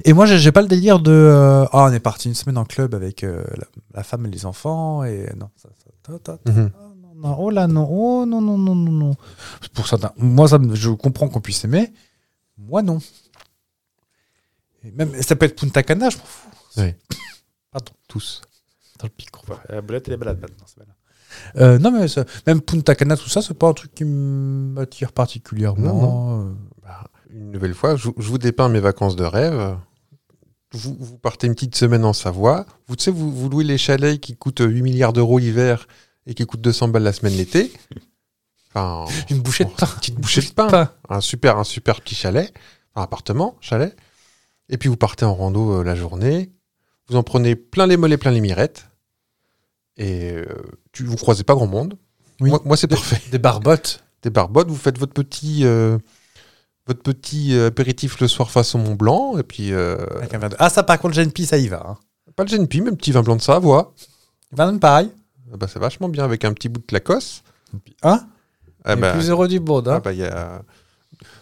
Et moi, j'ai- j'ai pas le délire de. euh, Ah, on est parti une semaine en club avec euh, la, la femme et les enfants. Et non, ça, ça, ta, ta, ta,
Mhm.
ah, non, non, oh là non, oh non, non, non, non, non. C'est Pour certains, moi, ça, me- je comprends qu'on puisse aimer. Moi, non. Et même, ça peut être Punta Cana, je m'en fous.
Oui.
Pardon.
Tous.
Dans le micro. La boulette, elle est malade maintenant. Euh, non, mais ça- même Punta Cana, tout ça, c'est pas un truc qui m'attire particulièrement. Euh,
Bah, une nouvelle fois, je, je vous dépeins mes vacances de rêve. Vous, vous partez une petite semaine en Savoie. Vous, tu sais, vous, vous louez les chalets qui coûtent 8 milliards d'euros l'hiver et qui coûtent 200 balles la semaine l'été. Enfin,
Une bouchée de pain.
petite bouchée de pain.
Pain.
un super, un super petit chalet, un appartement, chalet. Et puis vous partez en rando euh, la journée. Vous en prenez plein les mollets, plein les mirettes. Et euh, tu, vous croisez pas grand monde.
Oui.
Moi, moi, c'est parfait.
Des barbottes.
Des barbottes, vous faites votre petit, euh, votre petit euh, apéritif le soir face au Mont Blanc. Et puis, euh,
Avec un verre de- Ah, ça, par contre, GNP, ça y va. Hein.
pas le GNP, mais un petit vin blanc de Savoie.
Vernon, pareil.
Ah Bah, c'est vachement bien avec un petit bout de Lacoste.
Hein
Ah
Les
bah,
plus heureux du monde. hein.
ah bah, il y a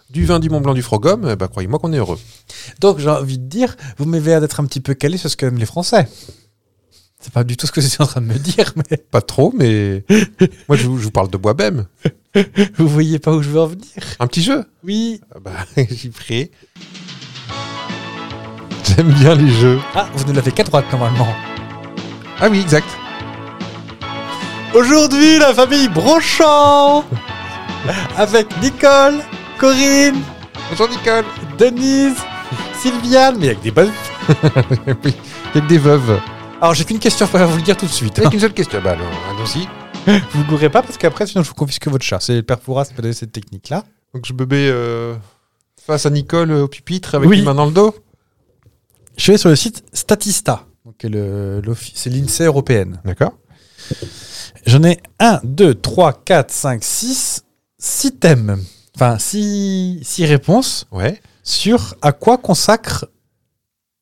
du vin du Mont Blanc du Frogum. Eh Bah, Croyez-moi qu'on est heureux.
Donc j'ai envie de dire, vous m'avez l'air d'être un petit peu calé sur ce qu'aiment les Français. C'est pas du tout ce que je suis en train de me dire, mais
Pas trop, mais moi, je, vous- je vous parle de Bois-Bème.
vous voyez pas où je veux en venir.
Un petit jeu
Oui.
Ah bah, J'y prie. J'aime bien les jeux.
Ah, vous ne l'avez qu'à droite normalement.
Ah oui, exact.
Aujourd'hui, la famille Brochant avec Nicole, Corinne,
Bonjour Nicole.
Denise, Sylviane, mais avec des bonnes.
oui, avec des veuves.
Alors j'ai qu'une question, je préfère vous le dire tout de suite. hein.
Avec une seule question. Bah alors, allons-y.
Vous gourrez pas parce qu'après sinon je vous confisque votre chat. C'est le père Fouras qui m'a donné cette technique là.
Donc je me mets euh, face à Nicole euh, au pupitre avec
Oui.
une main dans le dos.
Je suis allé sur le site Statista, donc qui est le- l'office- c'est l'INSEE européenne.
D'accord.
J'en ai 1, 2, 3, 4, 5, 6, 6 thèmes. Enfin, 6, réponses
Ouais.
sur à quoi consacre.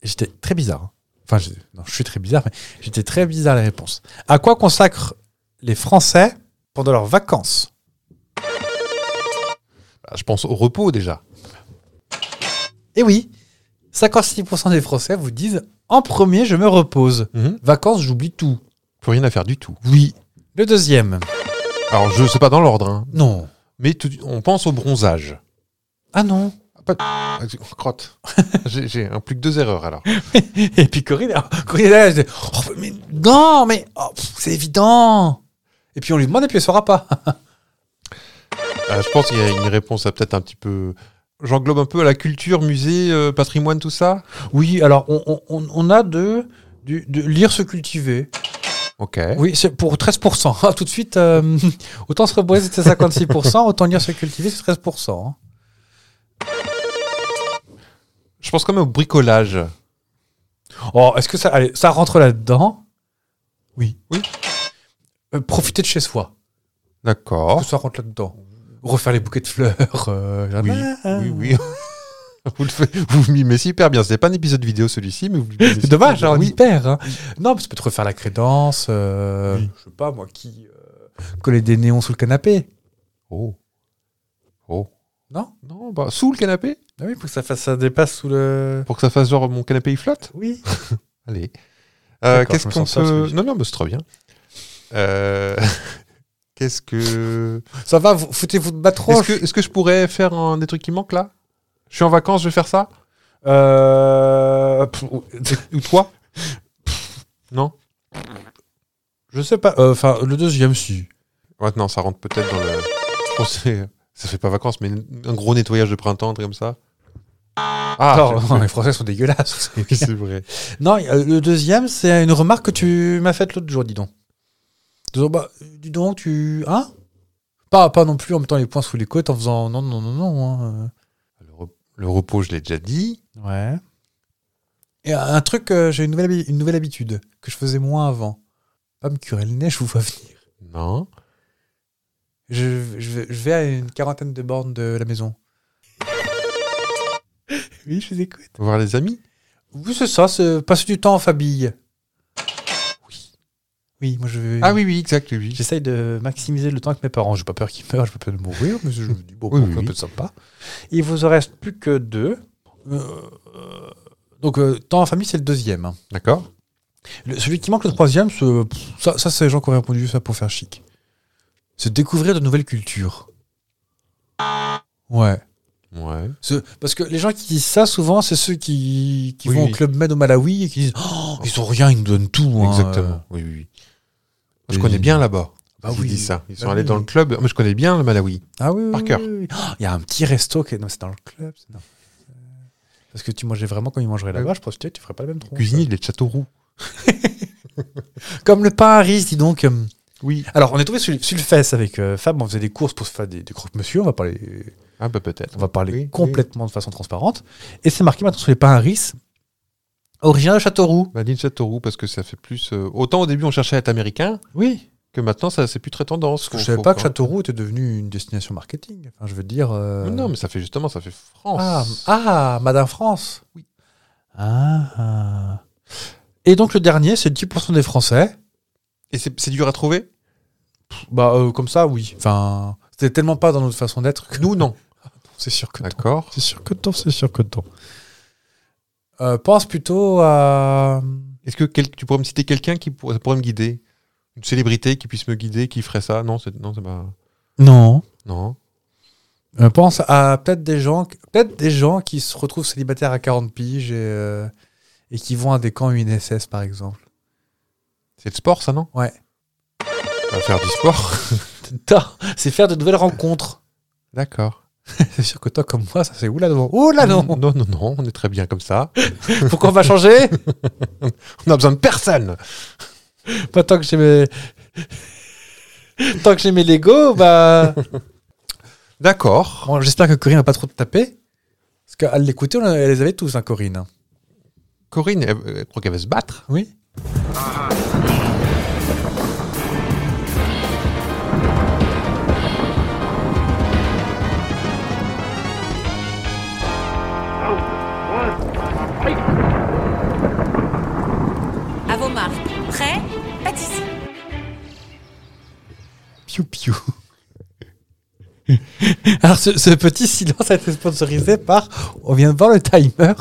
J'étais très bizarre. hein. Enfin, je, non, je suis très bizarre, mais j'étais très bizarre les réponses. À quoi consacrent les Français pendant leurs vacances
Bah, je pense au repos déjà.
Eh oui, 56% des Français vous disent en premier, je me repose. Vacances, j'oublie tout.
Plus rien à faire du tout.
Oui. Le deuxième,
Alors je sais pas dans l'ordre, hein,
non.
mais tout- on pense au bronzage.
Ah non.
Ah, tu- crotte. j'ai, j'ai un plus que deux erreurs alors.
Et puis Corinne, alors, Corinne est là, elle dit, Oh, mais non, mais oh, pff, c'est évident. Et puis on lui demande et puis elle saura pas.
Ah, je pense qu'il y a une réponse à peut-être un petit peu. J'englobe un peu à la culture, musée, euh, patrimoine, tout ça.
Oui, alors on, on- on- on a de, du- de lire se cultiver.
Ok.
Oui, c'est pour 13%. Ah, tout de suite, euh, autant se reboiser c'était 56%, autant lire se cultiver c'est 13%. hein.
Je pense quand même au bricolage.
Oh, est-ce que ça, allez, ça rentre là-dedans Oui.
Oui.
Euh, profiter de chez soi.
D'accord.
Est-ce que ça rentre là-dedans Refaire les bouquets de fleurs. euh,
Oui,
jardin.
oui, oui. vous, le faites- vous vous mimez super bien. C'était pas un épisode vidéo celui-ci, mais vous. le mimez
C'est
super
dommage,
bien.
hein, on y
oui.
perd. hein. Non, parce que peut-être refaire la crédence. euh,
Oui.
Je sais pas, moi, qui. euh, coller des néons sous le canapé.
Oh. Oh.
Non
Non, bah, sous le canapé
Ah oui, pour que ça, fasse, ça dépasse sous le.
Pour que ça fasse genre mon canapé il flotte
Oui.
Allez. Euh,
D'accord,
Qu'est-ce
je me
qu'on
sens seul,
peut.
celui-ci.
Non, non, mais c'est très bien. Euh, Qu'est-ce que.
Ça va, vous, foutez-vous de battre
Est-ce que, est-ce que je pourrais faire un des trucs qui manquent là Je suis en vacances, je vais faire ça
Euh, pff,
Ou toi Non
Je sais pas. euh, Enfin, le deuxième, si.
Maintenant, ça rentre peut-être dans le. Je pensais. Ça fait pas vacances, mais un gros nettoyage de printemps, un truc comme ça. Ah,
Non,
j'ai-
les Français sont dégueulasses.
oui, c'est vrai.
Non, euh, le deuxième, c'est une remarque que tu m'as faite l'autre jour, dis donc. Dis donc, bah, dis donc, tu. Hein pas, pas non plus en mettant les poings sous les côtes en faisant non, non, non, non. hein,
Le, re- le repos, je l'ai déjà dit.
euh. Ouais. Et un un truc, euh, j'ai une nouvelle, habi- une nouvelle habitude que je faisais moins avant. Pas me curer le nez, je vous vois venir.
Non.
Je, je vais- je vais à une quarantaine de bornes de la maison. Oui, je vous écoute.
Voir les amis
Oui, c'est ça, c'est passer du temps en famille. Oui. Oui, moi je vais.
Ah oui, oui, exact, oui. oui.
J'essaye de maximiser le temps avec mes parents. J'ai pas peur qu'ils meurent, j'ai pas peur de mourir, mais je me dis, bon, pourquoi
Oui, oui.
pas de sympa. Il vous en reste plus que deux. Euh, euh, donc, euh, temps en famille, c'est le deuxième. hein.
D'accord.
Le- celui qui manque, le troisième, ce- pff, ça, ça c'est les gens qui ont répondu ça pour faire chic. C'est découvrir de nouvelles cultures. Ouais.
Ouais.
Ce- parce que les gens qui disent ça, souvent, c'est ceux qui, qui
Oui,
vont
oui.
au Club Med au Malawi et qui disent Oh, Ils ont rien, ils nous donnent tout. hein.
Exactement. Oui, oui, oui. Moi, Je
Et-
connais bien là-bas.
Bah
Ils
oui.
disent ça. Ils sont
Bah
allés
oui.
dans le club. Moi, je connais bien le Malawi.
Ah oui, oui,
Par
oui,
cœur.
oui, oui. Oh, Il y a un petit resto qui est... Non, c'est dans le club. c'est- non. Parce que tu mangeais vraiment quand ils mangeraient là-bas, je pense que tu ferais pas le même tronc.
Cuisinier, il est de Châteauroux.
Comme le pain à riz, dis donc. hum.
Oui.
Alors, on est tombé sur, le- sur le fest avec euh, Fab, on faisait des courses pour se faire des, des croque-monsieur, on va parler,
Ah, bah peut-être.
on va parler
Oui, oui.
complètement de façon transparente. Et c'est marqué maintenant sur les pains à riz, originaire de Châteauroux.
Bah, dit Châteauroux parce que ça fait plus. euh, Autant au début, on cherchait à être américain
Oui,
que maintenant, ça c'est plus très
parce
tendance.
que je
Faut-
savais
faut
pas que
quand-
Châteauroux était devenu une destination marketing. Enfin, je veux dire... euh,
Non, mais ça fait justement, ça fait
Ah,
France.
ah, Madame France. Oui. Ah, ah. Et donc le dernier, c'est 10% des Français.
Et c'est c'est dur à trouver
Bah euh, comme ça, oui. Enfin, c'était tellement pas dans notre façon d'être que
Nous, non.
c'est sûr que non.
D'accord.
C'est sûr que non, c'est sûr que non. Euh, pense plutôt à.
Est-ce que quel- tu pourrais me citer quelqu'un qui pour- ça pourrait me guider Une célébrité qui puisse me guider, qui ferait ça Non, c'est non, c'est pas.
Non.
Non.
Euh, pense à peut-être des gens, peut-être des gens qui se retrouvent célibataires à 40 piges et, euh, et qui vont à des camps UNSS par exemple.
C'est le sport, ça, non
Ouais.
On va faire du sport.
c'est faire de nouvelles rencontres.
D'accord.
c'est sûr que toi comme moi, ça c'est où là devant Ouh là non.
Oh Non, non, non, on est très bien comme ça.
Pourquoi on va changer
On a besoin de personne.
Pas tant que j'ai mes... tant que j'ai mes Lego, bah...
D'accord.
Bon, j'espère que Corinne va pas trop te taper. Parce qu'à l'écouter, on a- elle les avait tous, hein, Corinne.
Corinne, elle, elle croit qu'elle va se battre.
Oui
À vos marques. Prêt Pâtisserie.
Piou piou. Alors, ce, ce petit silence a été sponsorisé par... On vient de voir le timer.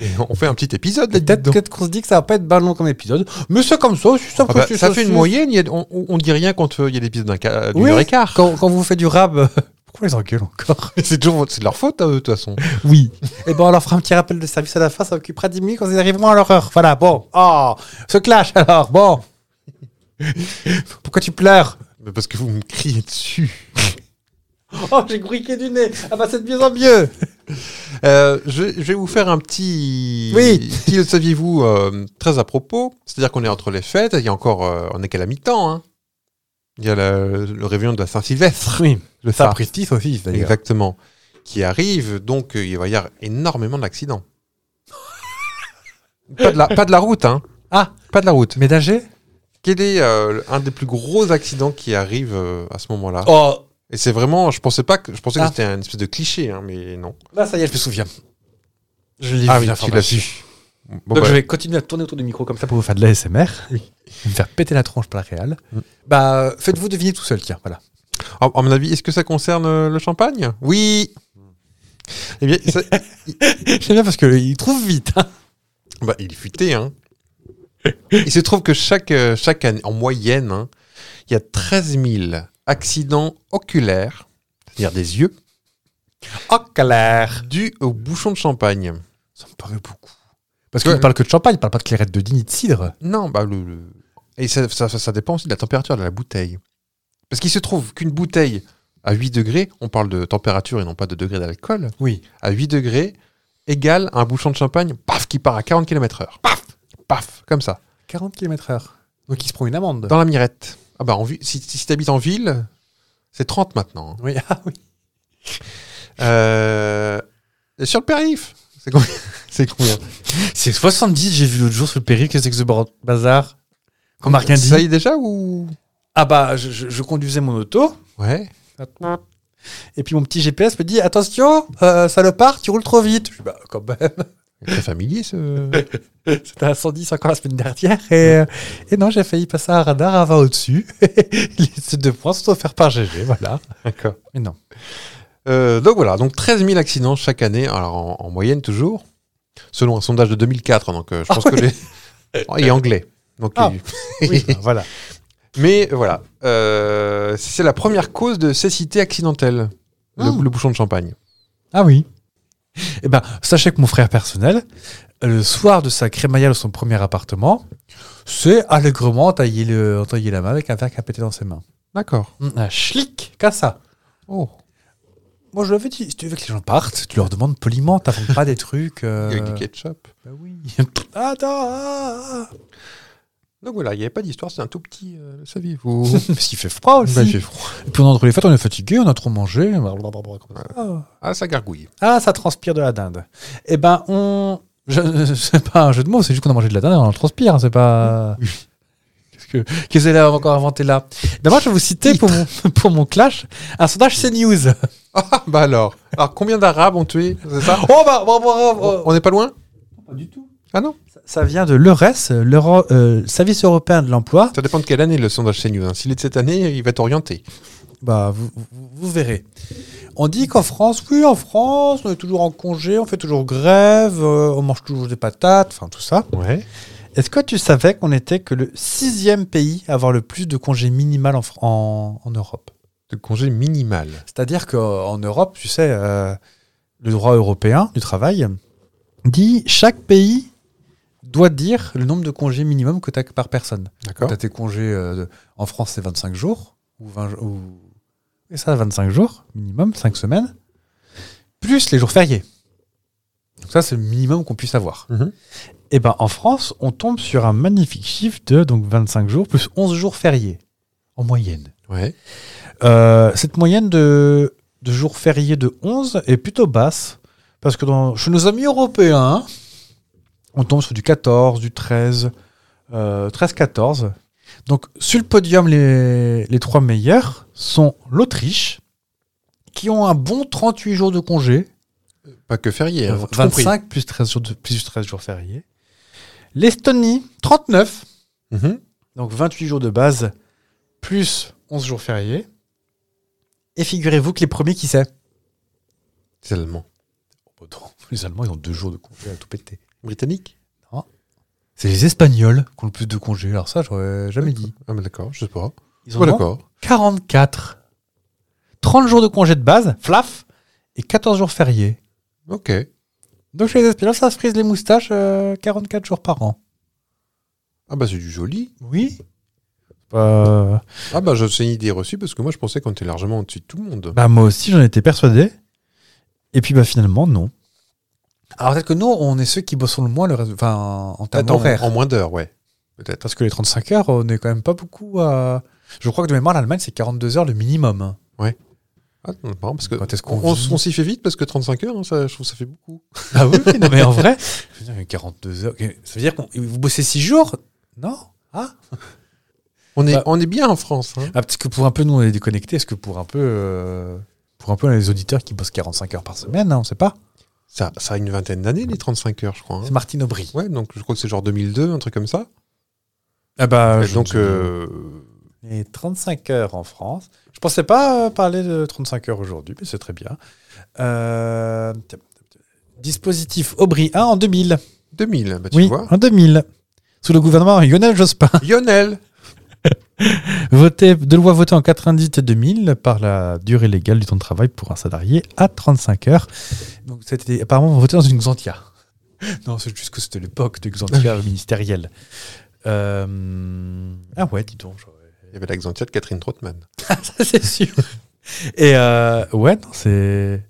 Et on fait un petit épisode là-dedans.
Peut-être peut-être qu'on se dit que ça va pas être ballon comme épisode. Mais c'est comme ça, aussi, ça,
Ah
peut
bah,
être-
ça fait une
aussi-
moyenne, il y a- on, on- on dit rien quand euh, il y a l'épisode d'un ca- d'une
Oui.
heure et quart.
Quand, quand vous faites du rap... euh, Pourquoi ils engueulent encore
C'est toujours c'est de leur faute à eux, de toute façon.
Oui. Et ben on leur fera un petit rappel de service à la fin, ça occupera 10 minutes quand ils arriveront à leur heure. Voilà, Ah, bon. Oh, ce clash alors, bon. Pourquoi tu pleures
Mais parce que vous me criez dessus.
Oh, j'ai griqué du nez. Ah bah c'est de mieux en mieux.
Euh, je, je vais vous faire un petit.
Oui.
Petit le saviez-vous euh, très à propos. C'est-à-dire qu'on est entre les fêtes. Il y a encore. euh, on est qu'à la mi-temps. hein. Il y a le, le réveillon de la Saint-Sylvestre.
Oui.
Le
Ça
Saint-
prestige aussi, d'ailleurs.
Exactement. Qui arrive, donc euh, il va y avoir énormément d'accidents. pas, de la, pas de la route, hein.
Ah.
Pas de la route.
Ménager
Quel est euh, un des plus gros accidents qui arrive euh, à ce moment-là
Oh,
Et c'est vraiment, je pensais pas que, je pensais
Ah.
que c'était une espèce de cliché, hein, mais non.
là ça y est, je me souviens. Je l'ai
Ah
vu.
oui, tu l'as
l'information.
su. Bon,
Donc
bah,
je vais continuer à tourner autour du micro comme ça pour vous faire de l'ASMR. Oui. Me faire péter la tronche par la réal.
Mm.
Bah faites-vous deviner tout seul, tiens, voilà.
à, à mon avis, est-ce que ça concerne euh, le champagne Oui. Eh bien, ça-
J'aime bien parce qu'il trouve vite. hein.
bah, il est futé. Hein. il se trouve que chaque, euh, chaque année, en moyenne, hein, il y a 13 000 accidents oculaires, c'est-à-dire des yeux,
Oh, clair
dus au bouchon de champagne.
Ça me paraît beaucoup. Parce
Ouais.
qu'il ne parle que de champagne, il parle pas de clairette de digne et de cidre.
Non, bah le, le- et ça, ça- ça- ça dépend aussi de la température de la bouteille. Parce qu'il se trouve qu'une bouteille à 8 degrés, on parle de température et non pas de degré d'alcool,
Oui.
à 8 degrés égale un bouchon de champagne, paf, qui part à 40 km/h. Paf Paf Comme ça.
40 km/h. Donc il se prend une amende.
Dans la mirette. Ah bah, en, vi- si, si t'habites en ville, c'est 30 maintenant. hein.
Oui, ah oui.
Euh, et sur le périph', c'est combien, c'est combien
C'est 70, j'ai vu l'autre jour sur le périph', qu'est-ce que c'est que ce bar- bazar Qu'on m'a rien dit.
Ça y est déjà ou
Ah bah, je, je- je conduisais mon auto,
Ouais.
et puis mon petit GPS me dit Attention, euh, salopard, tu roules trop vite. Je dis Bah, quand même.
Très familier ce.
C'était à 110 encore la semaine dernière, et, euh, et non, j'ai failli passer un radar à 20 au-dessus. Ces deux points sont offerts par GG, voilà.
D'accord.
Mais non.
Euh, donc voilà, donc 13 000 accidents chaque année, alors en, en moyenne toujours, selon un sondage de 2004. Donc euh, je
Ah
pense que
ouais.
les- Oh, il est anglais. Donc,
Ah.
il-
Oui, bah, voilà.
Mais voilà, euh, c'est la première cause de cécité accidentelle, le-
Hmm.
le, bouchon de champagne.
Ah oui. Eh ben, sachez que mon frère personnel, euh, le soir de sa crémaillère de son premier appartement, s'est allègrement taillé, le, entaillé la main avec un verre qui a pété dans ses mains.
D'accord.
Mm, Un schlick, qu'à ça.
Oh.
Moi, je lui avais dit, si tu veux que les gens partent, tu leur demandes poliment, t'inventes pas des trucs. euh,
Avec du ketchup.
bah oui. Attends, ah, ah.
Donc voilà, il n'y avait pas d'histoire, c'est un tout petit, euh, le saviez-vous
parce qu'il Oh. fait froid aussi.
Bah, il fait froid.
Et puis on est entre les fêtes, on est fatigué, on a trop mangé. blablabla, comme ça. Ah.
Ah, ça gargouille.
Ah, ça transpire de la dinde. Eh ben, on. je- C'est pas un jeu de mots, c'est juste qu'on a mangé de la dinde et on en transpire. hein, C'est pas. Qu'est-ce que. Qu'est-ce qu'elle a encore inventé là D'abord, je vais vous citer pour mon, pour mon clash un sondage CNews.
Ah, bah alors. Alors combien d'Arabes ont tué C'est ça
Oh bah, bravo, bravo,
On-
bravo.
On n'est pas loin
Pas du tout.
Ah non
Ça vient de l'EURES, l'Euro- euh, le Service européen de l'emploi.
Ça dépend de quelle année le sondage CNews. Hein. S'il est de cette année, il va t'orienter.
Bah, vous, vous- vous verrez. On dit qu'en France, oui, en France, on est toujours en congé, on fait toujours grève, euh, on mange toujours des patates, enfin tout ça.
Ouais.
Est-ce que tu savais qu'on était que le sixième pays à avoir le plus de congés minimal en, Fr- en, en Europe
De congé minimal.
C'est-à-dire qu'en Europe, tu sais, euh, le droit européen du travail dit chaque pays doit dire le nombre de congés minimum que tu as par personne.
D'accord.
Tu as tes congés, euh, de- en France c'est 25 jours, ou 20 jours- ou- et ça 25 jours minimum, 5 semaines, plus les jours fériés. Donc ça c'est le minimum qu'on puisse avoir.
Mhm.
Eh ben, en France, on tombe sur un magnifique chiffre de donc 25 jours plus 11 jours fériés en moyenne.
Ouais.
Euh, cette moyenne de, de jours fériés de 11 est plutôt basse parce que dans, chez nos amis européens, hein, on tombe sur du 14, du 13, euh, 13-14. Donc sur le podium, les, les trois meilleurs sont l'Autriche, qui ont un bon 38 jours de congé,
Pas que férié. hein,
euh,
tout compris.
25 plus 13 jours, de- plus 13 jours fériés. L'Estonie, 39,
Mhm.
donc 28 jours de base, plus 11 jours fériés. Et figurez-vous que les premiers, qui c'est
C'est allemand.
Oh, bah, Les Allemands, ils ont deux jours de congé à tout péter.
Britannique
C'est les Espagnols qui ont le plus de congés. Alors ça, j'aurais jamais dit.
Ah, mais d'accord, je sais pas.
Ils en
Ouais,
ont
d'accord.
44. 30 jours de congé de base, flaf, et 14 jours fériés.
Ok.
Donc chez les Espagnols, ça se frise les moustaches euh, 44 jours par an.
Ah, bah, c'est du joli.
Oui.
Pas-
Ah bah je- c'est une idée reçue parce que moi je pensais qu'on était largement au-dessus de tout le monde.
Bah, moi aussi, j'en étais persuadé. Et puis, bah, finalement, non.
Alors peut-être que nous, on est ceux qui bossons le moins le reste, enfin, en termes
Peut-être en,
d'horaire.
en moins d'heures, ouais. Peut-être.
Parce que les 35 heures, on est quand même pas beaucoup à... Je crois que de mémoire, l'Allemagne, c'est 42 heures le minimum.
Ah, non, marrant, parce que
Quand est-ce qu'on
on, on
vit
s'y fait vite parce que 35 heures, hein, ça, je trouve que ça fait beaucoup.
Ah oui, oui, non, mais en vrai, je veux dire, 42 heures, ok, ça veut dire que vous bossez 6 jours Non Ah
On est,
Bah-
on est bien en France. hein.
Ah, Parce que pour un peu, nous, on est déconnectés. Est-ce que pour un peu, euh, pour un peu, les auditeurs qui bossent 45 heures par semaine, hein, on sait pas
Ça, ça a une vingtaine d'années, les 35 heures, je crois. hein.
C'est Martine Aubry.
Ouais, donc je crois que c'est genre 2002, un truc comme ça.
Ah bah,
Et donc, euh,
Et 35 heures en France. Je pensais pas euh, parler de 35 heures aujourd'hui, mais c'est très bien. Euh, tiens, Dispositif Aubry 1 en 2000.
2000, bah, tu
oui,
vois.
en 2000. Sous le gouvernement Lionel Jospin.
Ah. Lionel
Voté, de loi votée en 98 et 2000 par la durée légale du temps de travail pour un salarié à 35 heures.
Donc c'était apparemment voté dans une Xantia. Non, c'est juste que c'était l'époque de Xantia ministérielle. Euh, Ah ouais, dis donc. j'aurais-
Il y avait la Xantia de Catherine Trottmann.
Ça, c'est sûr. Et euh, ouais, non, c'est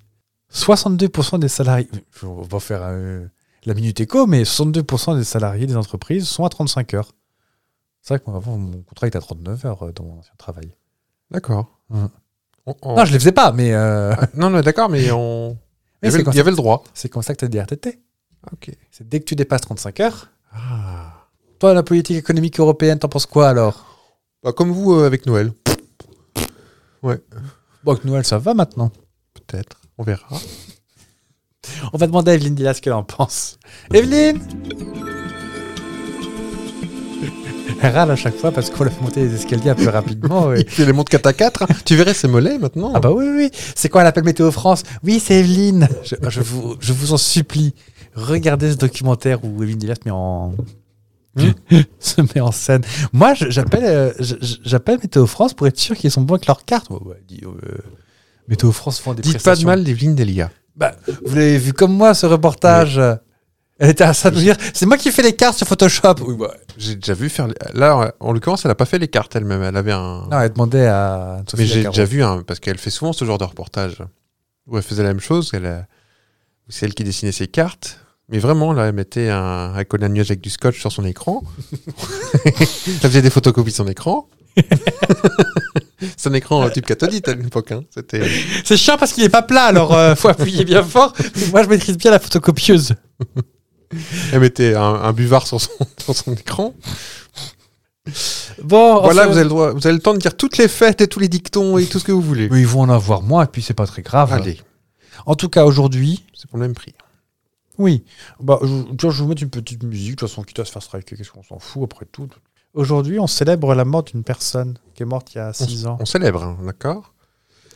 62% des salariés. On va faire euh, la minute écho, mais 62% des salariés des entreprises sont à 35 heures. C'est vrai qu'avant, mon contrat était à 39 heures euh, dans mon ancien travail.
D'accord.
Hum.
On- on-
Non, je les faisais pas, mais, euh,
Ah, non, non, d'accord, mais on... il, y
mais
avait,
c'est
le-
comme,
il y avait le droit.
ça- c'est comme ça que tu as des RTT.
Ok.
C'est dès que tu dépasses 35 heures.
Ah.
Toi, la politique économique européenne, t'en penses quoi alors
Bah, comme vous euh, avec Noël,
Bon, avec Noël, ça va maintenant.
peut-être. On verra.
On va demander à Evelyne Dilas ce qu'elle en pense. Evelyne Elle râle à chaque fois parce qu'on l'a fait monter les escaliers un peu rapidement. ouais.
Il fait les montres 4 à 4. hein. Tu verrais ses mollets maintenant.
Ah bah oui, oui, oui. C'est quoi l'appel Météo France Oui, c'est Evelyne. Je, je vous, je vous en supplie, regardez ce documentaire où Evelyne Dilas met en... se met en scène. Moi, je- j'appelle euh, je- je- j'appelle Météo France pour être sûr qu'ils sont bons avec leurs cartes. Ouais, ouais, dis, euh, Météo France font des
Dites pas de
prestations.
mal d'Evelyne Delia.
Bah, vous l'avez vu comme moi, ce reportage. Elle était à ça de nous dire c'est moi qui fais les cartes sur Photoshop. Oui, bah,
J'ai déjà vu faire. les- Là, en l'occurrence, elle a pas fait les cartes elle-même. Elle avait un.
Non, elle demandait à. Sophie
Mais j'ai
Lacaro.
déjà vu un, parce qu'elle fait souvent ce genre de reportage où elle faisait la même chose. Elle, euh, c'est elle qui dessinait ses cartes. Mais vraiment, là, elle mettait un, elle collait un nuage avec du scotch sur son écran. elle faisait des photocopies de son écran. son écran euh, type cathodique à l'époque. hein. C'était.
C'est chiant parce qu'il est pas plat, alors euh, faut appuyer bien fort. Moi, je maîtrise bien la photocopieuse.
Elle mettait un, un buvard sur son, sur son écran.
Bon,
voilà,
enfin-
vous avez le droit, vous avez le temps de dire toutes les fêtes et tous les dictons et tout ce que vous voulez.
Mais ils vont en avoir moins, et puis c'est pas très grave.
Allez,
En tout cas, aujourd'hui,
c'est pour le même prix.
oui. Bah, je, tu vois, je vais vous mettre une petite musique, de toute façon, quitte à se faire striker, qu'est-ce qu'on s'en fout après tout.
Aujourd'hui, on célèbre la mort d'une personne qui est morte il y a 6 ans.
On célèbre, hein, d'accord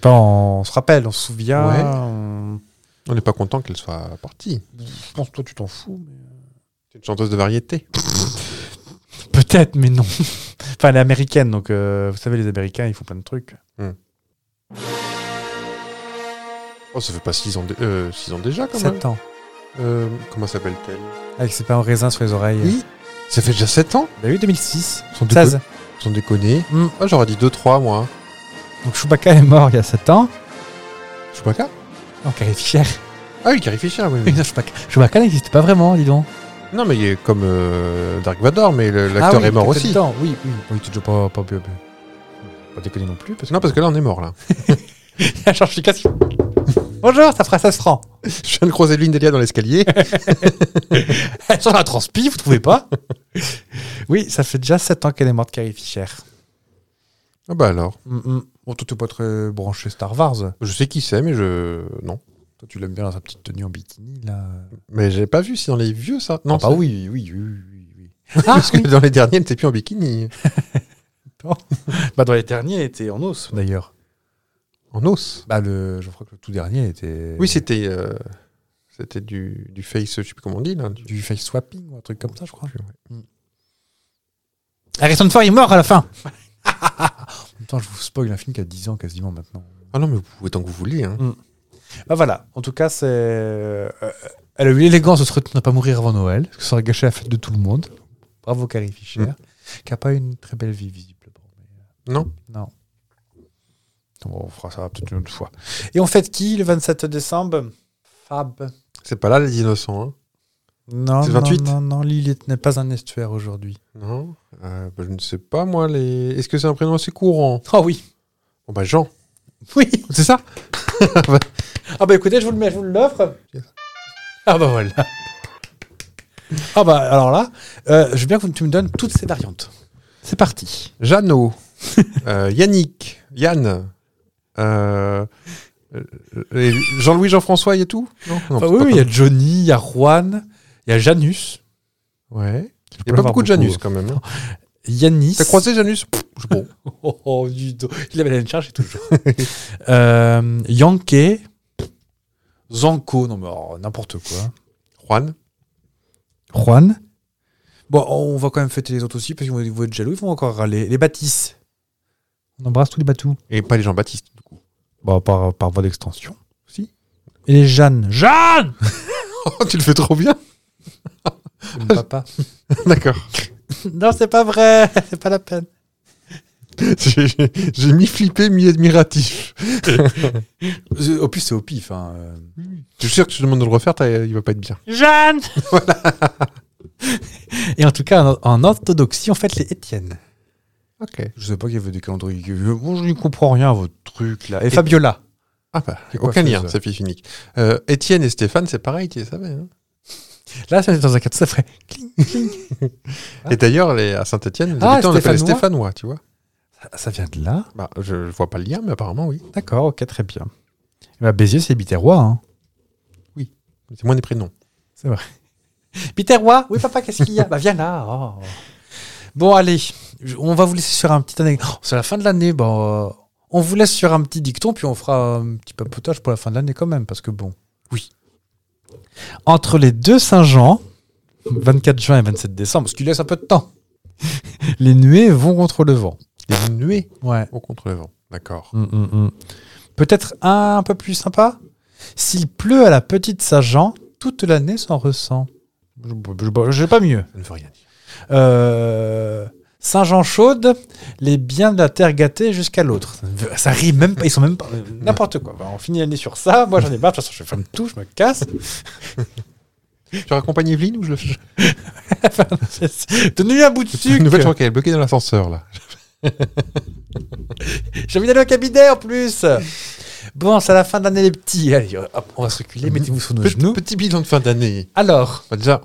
Enfin, on se rappelle, on se souvient.
Ouais.
on-
On n'est pas content qu'elle soit partie.
Je pense que toi, tu t'en fous. mais-
C'est une chanteuse de variété.
Peut-être, mais non. enfin, elle est américaine, donc euh, vous savez, les Américains, ils font plein de trucs.
Oh, ça fait pas 6 ans, dé- euh, six ans déjà, quand même.
Sept ans.
Euh, comment s'appelle-t-elle
Avec ses pains au raisin sur les oreilles.
Oui. Ça fait déjà 7 ans
Bah oui, 2006.
Sans déconner.
16.
Sans déconner.
Hmm.
Mm.
Ah, J'aurais dit 2-3, moi.
Donc Chewbacca est mort il y a 7 ans.
hein. Chewbacca
Donc elle est fière.
Ah oui, Carrie Fisher, oui. oui.
Non, Chewbacca, Chewbacca n'existe pas vraiment, dis donc.
non, mais il est comme euh, Dark Vador, mais le- l'acteur
Ah oui,
est mort
t'étais
aussi.
dedans, Oui, oui. Oui, tu toujours pas, pas, pas, pas, pas déconner non plus. Parce
Non, parce que là, on est mort, là.
que Georges Lucas. il- Bonjour, ça fera 16 francs.
Je viens de croiser Lynn Delia dans l'escalier.
Elle sort la transpi, vous trouvez pas Oui, ça fait déjà 7 ans qu'elle est morte, Carrie Fisher.
ah bah alors.
Mm,
Bon, toi, t'es pas très branché Star Wars. Toi,
Je sais qui c'est, mais je. Non.
tu l'aimes bien dans sa petite tenue en bikini, là.
Mais j'ai pas vu, c'est dans les vieux, ça. Non,
Ah, bah
c'est-
oui, oui, oui, oui. Ah, oui.
Parce que dans les derniers, elle n'était plus en bikini.
Bah, dans les derniers, elle était en os, d'ailleurs.
En os.
Bah, le, je crois que le tout dernier était.
Oui, c'était. euh, C'était du, du face, je sais plus comment on dit, là. Du-
du face swapping ou un truc comme ça, je crois.
Plus, ouais.
Harrison Ford est mort à la fin. en même temps, je vous spoil un film qui a 10 ans quasiment maintenant.
Ah non, mais vous pouvez tant que vous voulez. Hein.
Bah voilà, en tout cas, c'est. euh, elle a eu l'élégance de se retenir à pas mourir avant Noël, parce que ça aurait gâché la fête de tout le monde. Bravo Carrie Fisher, qui a pas eu une très belle vie visiblement.
Mm.
euh,
Non.
Bon, on fera ça peut-être une autre fois. Et on fête qui le 27 décembre
Fab.
C'est pas là les innocents, hein
Non,
C'est le
non,
28?
non, non, Lilith n'est pas un estuaire aujourd'hui.
Non Euh, bah, Je ne sais pas, moi. Les... Est-ce que c'est un prénom assez courant
Oh oui.
Bon, bah, Jean.
Oui.
C'est ça
Ah bah écoutez, je vous le mets, je vous l'offre.
Ah bah voilà.
Ah bah alors là, euh, je veux bien que tu me donnes toutes ces variantes. C'est parti.
Jeannot. Euh, Yannick. Yann. Euh, euh, et Jean-Louis, Jean-François et tout Non, non
Ah
c'est
oui,
pas
oui, il y a Johnny, il y a Juan, il y a Janus,
comme- Ouais. Il n'y
peux
a
en
pas
avoir
beaucoup de
beaucoup,
Janus, quand même. hein.
Yanis.
T'as croisé Janus Pff, je- Bon.
Oh, oh, dis donc. Il avait la même charge et toujours. euh, Yankee. Zanko, non mais oh, n'importe quoi.
Juan.
Juan. Bon, on va quand même fêter les autres aussi parce qu'ils vont ils vont être jaloux, ils vont encore râler. Les bâtisses. On embrasse tous les batous.
Et pas les Jean-Baptiste, du coup.
Bah, par, par voie d'extension. Si. Et les Jeanne. Jeanne
Oh, tu le fais trop bien
Papa.
D'accord.
non, c'est pas vrai. C'est pas la peine.
J'ai j'ai mi flippé, mi admiratif.
Au plus, c'est au pif. hein, euh.
Je suis sûr que tu demandes de le refaire, t'as- il va pas être bien.
Jeanne Et en tout cas, en, en orthodoxie, on fait, les Étienne.
Ok.
Je sais pas qu'il y avait des calendriers. Bon, je n'y comprends rien à votre truc là. Et, Fabiola.
Ah bah,
C'est quoi,
aucun lien,
Faiza
c'est fille unique. Euh, Étienne et Stéphane, c'est pareil, tu les savais. hein.
Là, c'est dans un cadre, ça ferait.
et d'ailleurs, les- à Saint-Étienne, les
Ah,
habitants l'appellent les
Stéphanois.
Stéphanois, tu vois.
Ah, Ça vient de là.
Bah, je, je vois pas le lien, mais apparemment, oui.
D'accord, ok, très bien. Eh ben, Béziers, c'est Biterrois. Hein.
C'est moins des prénoms.
Biterrois Oui, papa, qu'est-ce qu'il y a Bah, viens là. oh. Bon, allez, je- on va vous laisser sur un petit anecdote. Oh, c'est la fin de l'année. Bon, euh, on vous laisse sur un petit dicton, puis on fera un petit papotage pour la fin de l'année quand même, parce que bon. Oui. Entre les deux Saint-Jean, 24 juin et 27 décembre, ce qui laisse un peu de temps, les nuées vont contre le vent.
Les nuées
Ouais.
au contre le vent. D'accord.
Mm, mm, mm. Peut-être un peu plus sympa S'il pleut à la petite Saint-Jean, toute l'année s'en ressent. Je- je- je- J'ai pas mieux.
Ça ne veut rien dire.
Euh, Saint-Jean-Chaude, les biens de la terre gâtée jusqu'à l'autre. Ça ne veut- Ça rime même pas, ils sont même pas. N'importe quoi. Bah, on finit l'année sur ça. Moi, j'en ai marre. De toute façon, je ferme tout, je me casse.
Tu raccompagnes Evelyne ou je le fais
Tenez-lui un bout de
Une nouvelle, je
sucre.
crois qu'elle est bloquée dans l'ascenseur, là.
J'ai envie d'aller au cabinet en plus. Bon, c'est la fin de l'année, les petits. Allez, hop, on va se reculer. Mettez-vous sur nos
Petit,
genoux.
petit bilan de fin d'année.
Alors,
Bah, déjà,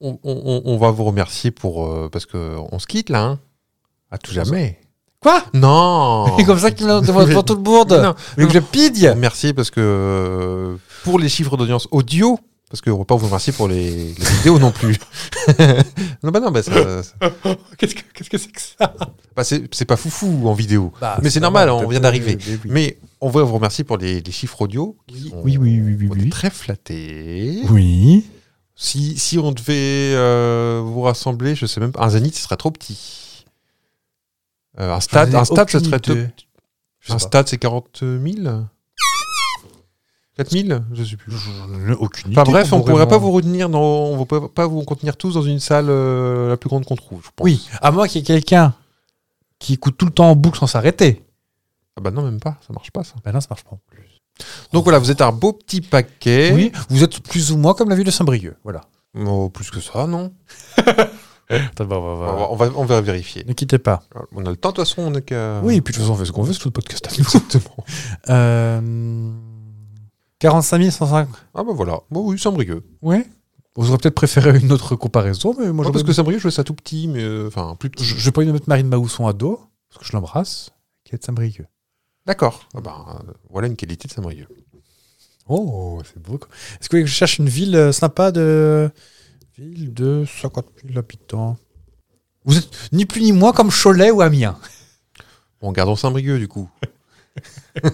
on, on- on- on va vous remercier pour. euh, parce qu'on se quitte, là. hein. À tout jamais.
quoi
Non
C'est comme ça qu'il me demande pour tout le monde.
Non,
Mais que je pigne.
Merci parce que euh, pour les chiffres d'audience audio, parce que on va pas vous remercier pour les, les vidéos non plus. non, bah non, bah, ça- ça-
Qu'est-ce que qu'est-ce que c'est que ça
bah, c'est c'est pas foufou en vidéo.
Ah, Bah,
Mais c'est normal, on vient d'arriver. Mais on va vous remercier pour les, les chiffres audio. qui sont-
Oui, oui, oui, oui,
on est
oui.
très flattés.
Oui.
Si, si on devait euh, vous rassembler, je sais même pas, un zénith, ce serait trop petit. Euh, un stade,
J'en ai
un stade, ce
aucune
serait trop
idée. Je sais
Un
pas.
stade, c'est 40 000 4 000 Je sais plus.
J'en ai aucune
Enfin
idée,
bref, on ne pourrait
vraiment.
pas vous retenir, dans, on ne pourrait pas vous contenir tous dans une salle euh, la plus grande qu'on trouve, je pense.
Oui, à moins qu'il y ait quelqu'un qui écoute tout le temps en boucle sans s'arrêter.
Ah bah non, même pas, ça marche pas ça.
Ben non, ça marche pas.
Donc voilà, vous êtes un beau petit paquet.
Oui, vous êtes plus ou moins comme la ville de Saint-Brieuc. Voilà.
Oh, plus que ça, non Bah,
Au revoir.
On, va, on va vérifier. Euh,
Ne quittez pas.
On a le temps, de toute façon, on n'est qu'à...
Oui, et puis de toute façon, on fait ce qu'on veut, c'est tout le podcast. hein.
Exactement.
Euh, 45 105.
Ah bah voilà, bon, oui, Ah, Saint-Brieuc.
Oui. Vous aurez peut-être préféré une autre comparaison, mais moi,
Ouais,
je
parce que Saint-Brieuc, je vois ça tout petit, mais... euh, Enfin, plus petit.
je je vais pas lui mettre Marine Maousson à dos, parce que je l'embrasse, qui est de Saint-Brieuc.
D'accord. Ah bah, euh, voilà une qualité de Saint-Brieuc.
Oh, c'est beau. quoi. Est-ce que vous voulez que je cherche une ville euh, sympa de. Ville de 50 000 habitants. Vous êtes ni plus ni moins comme Cholet ou Amiens.
Bon, gardons Saint-Brieuc, du coup.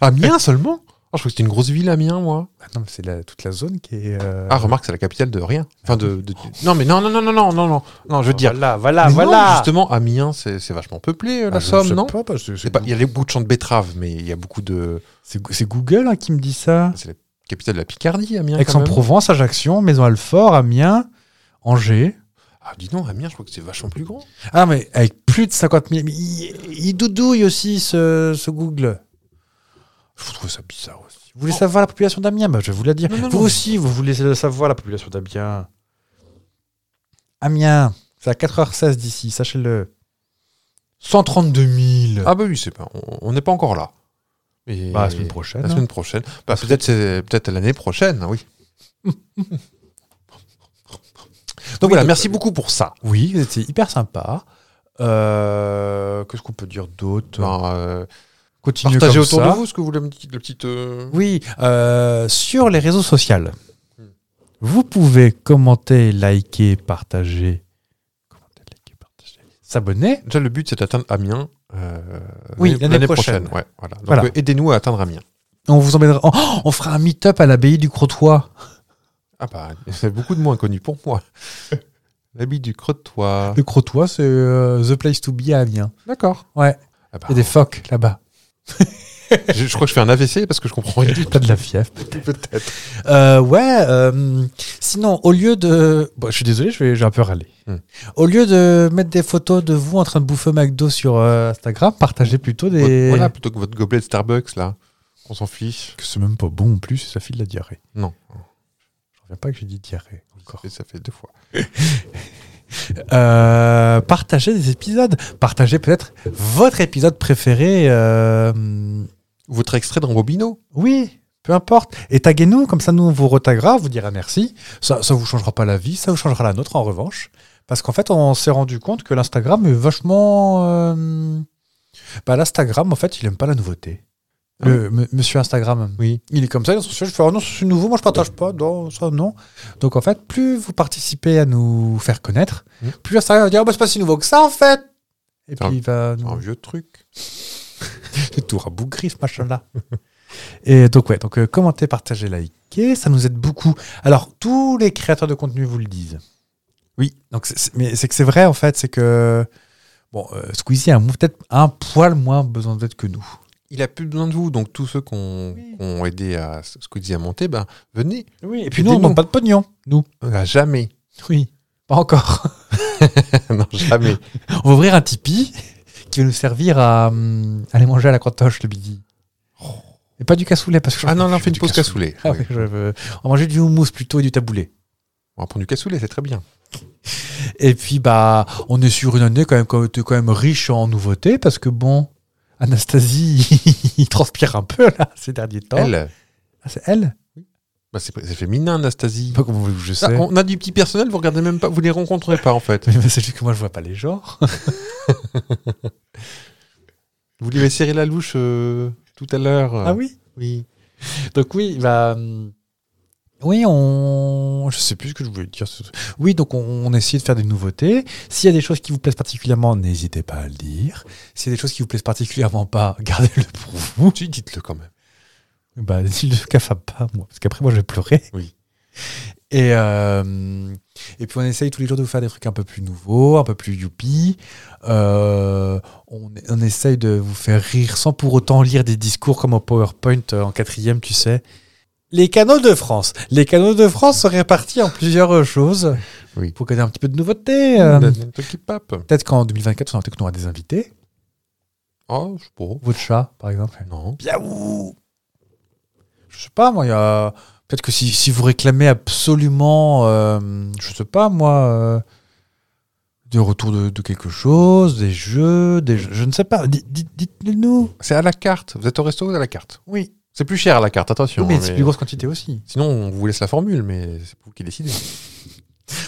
Amiens seulement Ah, Je crois que c'était une grosse ville, Amiens, moi.
Ah non, mais c'est la- toute la zone qui est. euh,
Ah, remarque, c'est la capitale de rien. Enfin, de... de- Non, mais non, non, non, non, non, non, non, non, je veux dire...
Voilà, voilà,
Mais non, justement, Amiens, c'est c'est vachement peuplé,
Ah,
euh, la Somme, non C'est pas- Il y a les bouts de champs de betterave, mais il y a beaucoup de...
C'est Google hein, qui me dit ça.
C'est la capitale de la Picardie, Amiens, quand même.
Aix-en-Provence, Ajaccio, Maison-Alfort, Amiens, Angers.
Ah, dis donc, Amiens, je crois que c'est vachement plus grand.
Ah, mais avec plus de 50 000. mais Il, il doudouille aussi ce, ce Google.
Je trouve ça bizarre aussi.
Vous voulez savoir la population d'Amiens Bah, Je vais vous la dire.
Non, non,
vous
non.
aussi, vous voulez savoir la population d'Amiens. Amiens, c'est à 4h16 d'ici, sachez-le. 132 000.
Ah, bah oui, c'est pas. on- On n'est pas encore là. Mais-
bah, la semaine prochaine.
La semaine prochaine. Bah, peut-être c'est- peut-être l'année prochaine, oui. Donc voilà,
euh,
merci beaucoup pour ça.
Oui, c'était hyper sympa. Euh, Qu'est-ce qu'on peut dire d'autre
Ben, euh,
Continuez
partagez
Bah, comme
autour
ça.
de vous ce que vous voulez, le petit. le petit, euh,
Oui, euh, sur les réseaux sociaux.
Hmm.
Vous pouvez commenter, liker, partager. Commenter, liker, partager. S'abonner.
Déjà, le but, c'est d'atteindre Amiens. euh,
Oui, l'année prochaine.
Ouais, voilà. Donc,
Voilà.
euh, aidez-nous à atteindre Amiens.
On vous emmènera. oh, oh, on fera un meet-up à l'abbaye du Crotoy.
Ah bah, c'est beaucoup de moins connu pour moi. L'habit du crottoir.
Le Crotoy, c'est euh, the place to be à Amiens. D'accord. Ouais.
Ah bah,
Il y a des phoques là-bas.
je, je crois que je fais un AVC parce que je comprends rien. du tout.
T'as de la fièvre, peut-être. Euh, ouais. euh, sinon, au lieu de. Bon, je suis désolé, je vais, j'ai un peu râlé.
Hmm.
Au lieu de mettre des photos de vous en train de bouffer au McDo sur euh, Instagram, partagez plutôt des.
Voilà, plutôt que votre gobelet de Starbucks, là. On s'en fiche.
que c'est même pas bon en plus, ça file la diarrhée.
Non.
Je reviens pas que j'ai dit diarrhée encore.
Et ça fait deux fois.
Euh, partagez des épisodes. Partagez peut-être votre épisode préféré. euh,
Votre extrait de Rambobino.
oui, peu importe. Et taguez-nous, comme ça nous on vous retaguera, on vous dira merci. Ça ça vous changera pas la vie, ça vous changera la nôtre en revanche. Parce qu'en fait, on s'est rendu compte que l'Instagram est vachement... euh, bah, L'Instagram, en fait, il aime pas la nouveauté.
Ah
Le- m- Monsieur Instagram, oui, il est comme ça. Il est sur social, je fais ah non, c'est nouveau, moi je partage pas, non, ça non. Donc en fait, plus vous participez à nous faire connaître,
Mm.
plus Instagram va dire Ah, bah, c'est pas si nouveau que ça en fait. Et puis
Ah.
il va nous
Un vieux truc.
c'est tout rabougri ce machin là. Et donc ouais, donc euh, commentez, partagez, likez, ça nous aide beaucoup. Alors tous les créateurs de contenu vous le disent. Oui. Donc c'est- c'est- mais c'est que c'est vrai en fait, c'est que bon, euh, Squeezie a peut-être un poil moins besoin d'aide que nous.
Il a plus besoin de vous. Donc, tous ceux qui ont,
Oui.
qui ont aidé à Squeezie à monter, ben, venez.
Oui. Et
puis
puis nous, on
dis-nous.
n'a pas de pognon, nous.
Ah, jamais.
Oui. Pas encore.
non, jamais.
On va ouvrir un Tipeee qui va nous servir à hum, aller manger à la crotoche le midi. Et pas du cassoulet parce que j'en
Oh. Ah non,
peux
là, on
plus
fait une
du
pause cassoulet.
Ah
Oui.
oui, je veux- On va manger du houmous plutôt et du taboulé.
On va prendre du cassoulet, c'est très bien.
Et puis bah on est sur une année quand même quand, quand même riche en nouveautés parce que bon Anastasie il transpire un peu là ces derniers temps.
Elle,
Ah, c'est elle.
bah, c'est c'est féminin, Anastasie.
Je sais pas comment vous- je sais.
Ah, on a du petit personnel, vous regardez même pas, vous les rencontrez pas en fait.
Mais c'est juste que moi je vois pas les genres.
Vous lui avez serré la louche euh, tout à l'heure.
Ah oui. Oui. Donc oui bah hum, oui on je sais plus ce que je voulais dire. Oui donc on, on essaie de faire des nouveautés. S'il y a des choses qui vous plaisent particulièrement n'hésitez pas à le dire. S'il y a des choses qui vous plaisent particulièrement pas gardez-le pour vous.
Si, dites-le quand même.
Bah, ne le caffa pas, moi, parce qu'après, moi, je vais pleurer.
Oui.
Et, euh, et puis, on essaye tous les jours de vous faire des trucs un peu plus nouveaux, un peu plus youpi. Euh, on, on essaye de vous faire rire sans pour autant lire des discours comme au PowerPoint euh, en quatrième, tu sais. Les canaux de France. Les canaux de France sont répartis en plusieurs euh, choses.
Oui.
Pour garder un petit peu de nouveauté. euh,
Le- le Toki Pape.
Peut-être qu'en 2024, on aura peut-être qu'on aura des invités.
Oh, je sais pas.
Votre chat, par exemple.
Non.
Biaou Je sais pas, moi, il y a. Peut-être que si, si vous réclamez absolument, euh, je sais pas, moi, euh, des retours de, de quelque chose, des jeux, des jeux- je ne sais pas, Di- di- dites-le-nous.
C'est à la carte. Vous êtes au resto à la carte.
Oui,
C'est plus cher à la carte, attention.
mais
hein,
c'est
mais-
plus grosse quantité aussi.
Sinon, on vous laisse la formule, mais c'est vous qui décidez.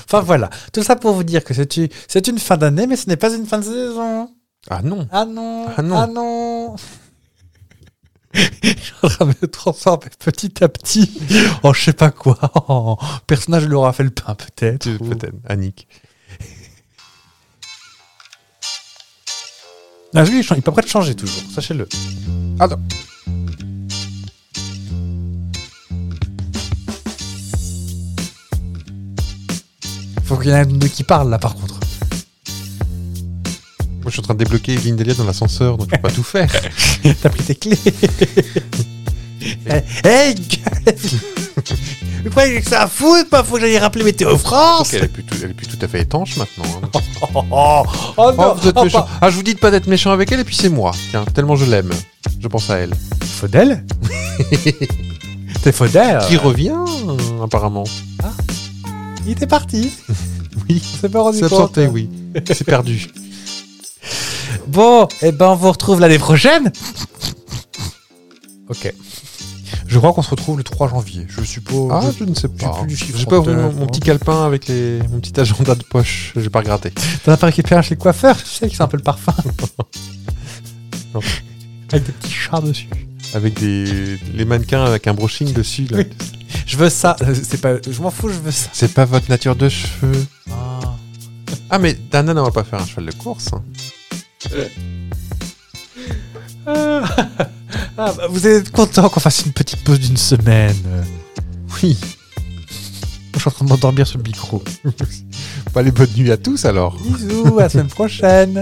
Enfin voilà, tout ça pour vous dire que c'est une, c'est une fin d'année, mais ce n'est pas une fin de saison.
Ah non.
Ah non
Ah non.
Ah non Je suis en train de me transformer petit à petit en je sais pas quoi, en personnage de Laura Felpin peut-être.
Tu-
ou-
Peut-être. Annick.
Ah oui, il change- il est pas prêt de changer toujours, sachez-le.
Ah non.
Faut qu'il y en ait un de nous qui parle là par contre.
Moi, je suis en train de débloquer Evelyne Delia dans l'ascenseur, donc je peux pas tout faire.
T'as pris tes clés. hey, hey, Eh, gueule Mais quoi, j'ai que ça à foutre Pas faut que j'aille rappeler Météo France
Elle est, plus tout, elle est plus tout à fait étanche maintenant. hein.
Oh, oh, oh
Oh,
non
vous êtes
oh,
méchant.
pas-
Ah, je vous dis de pas d'être méchant avec elle, et puis c'est moi. Tiens, tellement je l'aime. Je pense à elle.
Faudel T'es Faudel
Qui revient, euh, apparemment.
Il était parti
Oui.
On s'est pas rendu
C'est
compte.
absenté, oui. C'est perdu.
Bon, et ben on vous retrouve l'année prochaine
Ok. Je crois qu'on se retrouve le 3 janvier, je
Oh,
suppose.
Ah,
Je-
je ne sais
j'ai
pas.
plus du chiffre
J'ai
en
pas ouvert
tête,
mon, mon
moi.
petit calepin avec les, mon petit agenda de poche. J'ai pas regardé.
T'en as pas récupéré un chez le coiffeur, tu sais que c'est un peu le parfum.
Non.
Avec des petits chats dessus.
Avec des, les mannequins avec un brushing dessus. là.
Oui. Je veux ça, Euh, c'est pas. Je m'en fous, je veux ça.
C'est pas votre nature de cheveux. Ah, mais Dana, on va pas faire un cheval de course. hein.
Ah, bah, vous êtes content qu'on fasse une petite pause d'une semaine Oui. Je suis en train de m'endormir sur le micro.
Bah, les bonnes nuits à tous alors.
Bisous, à la semaine prochaine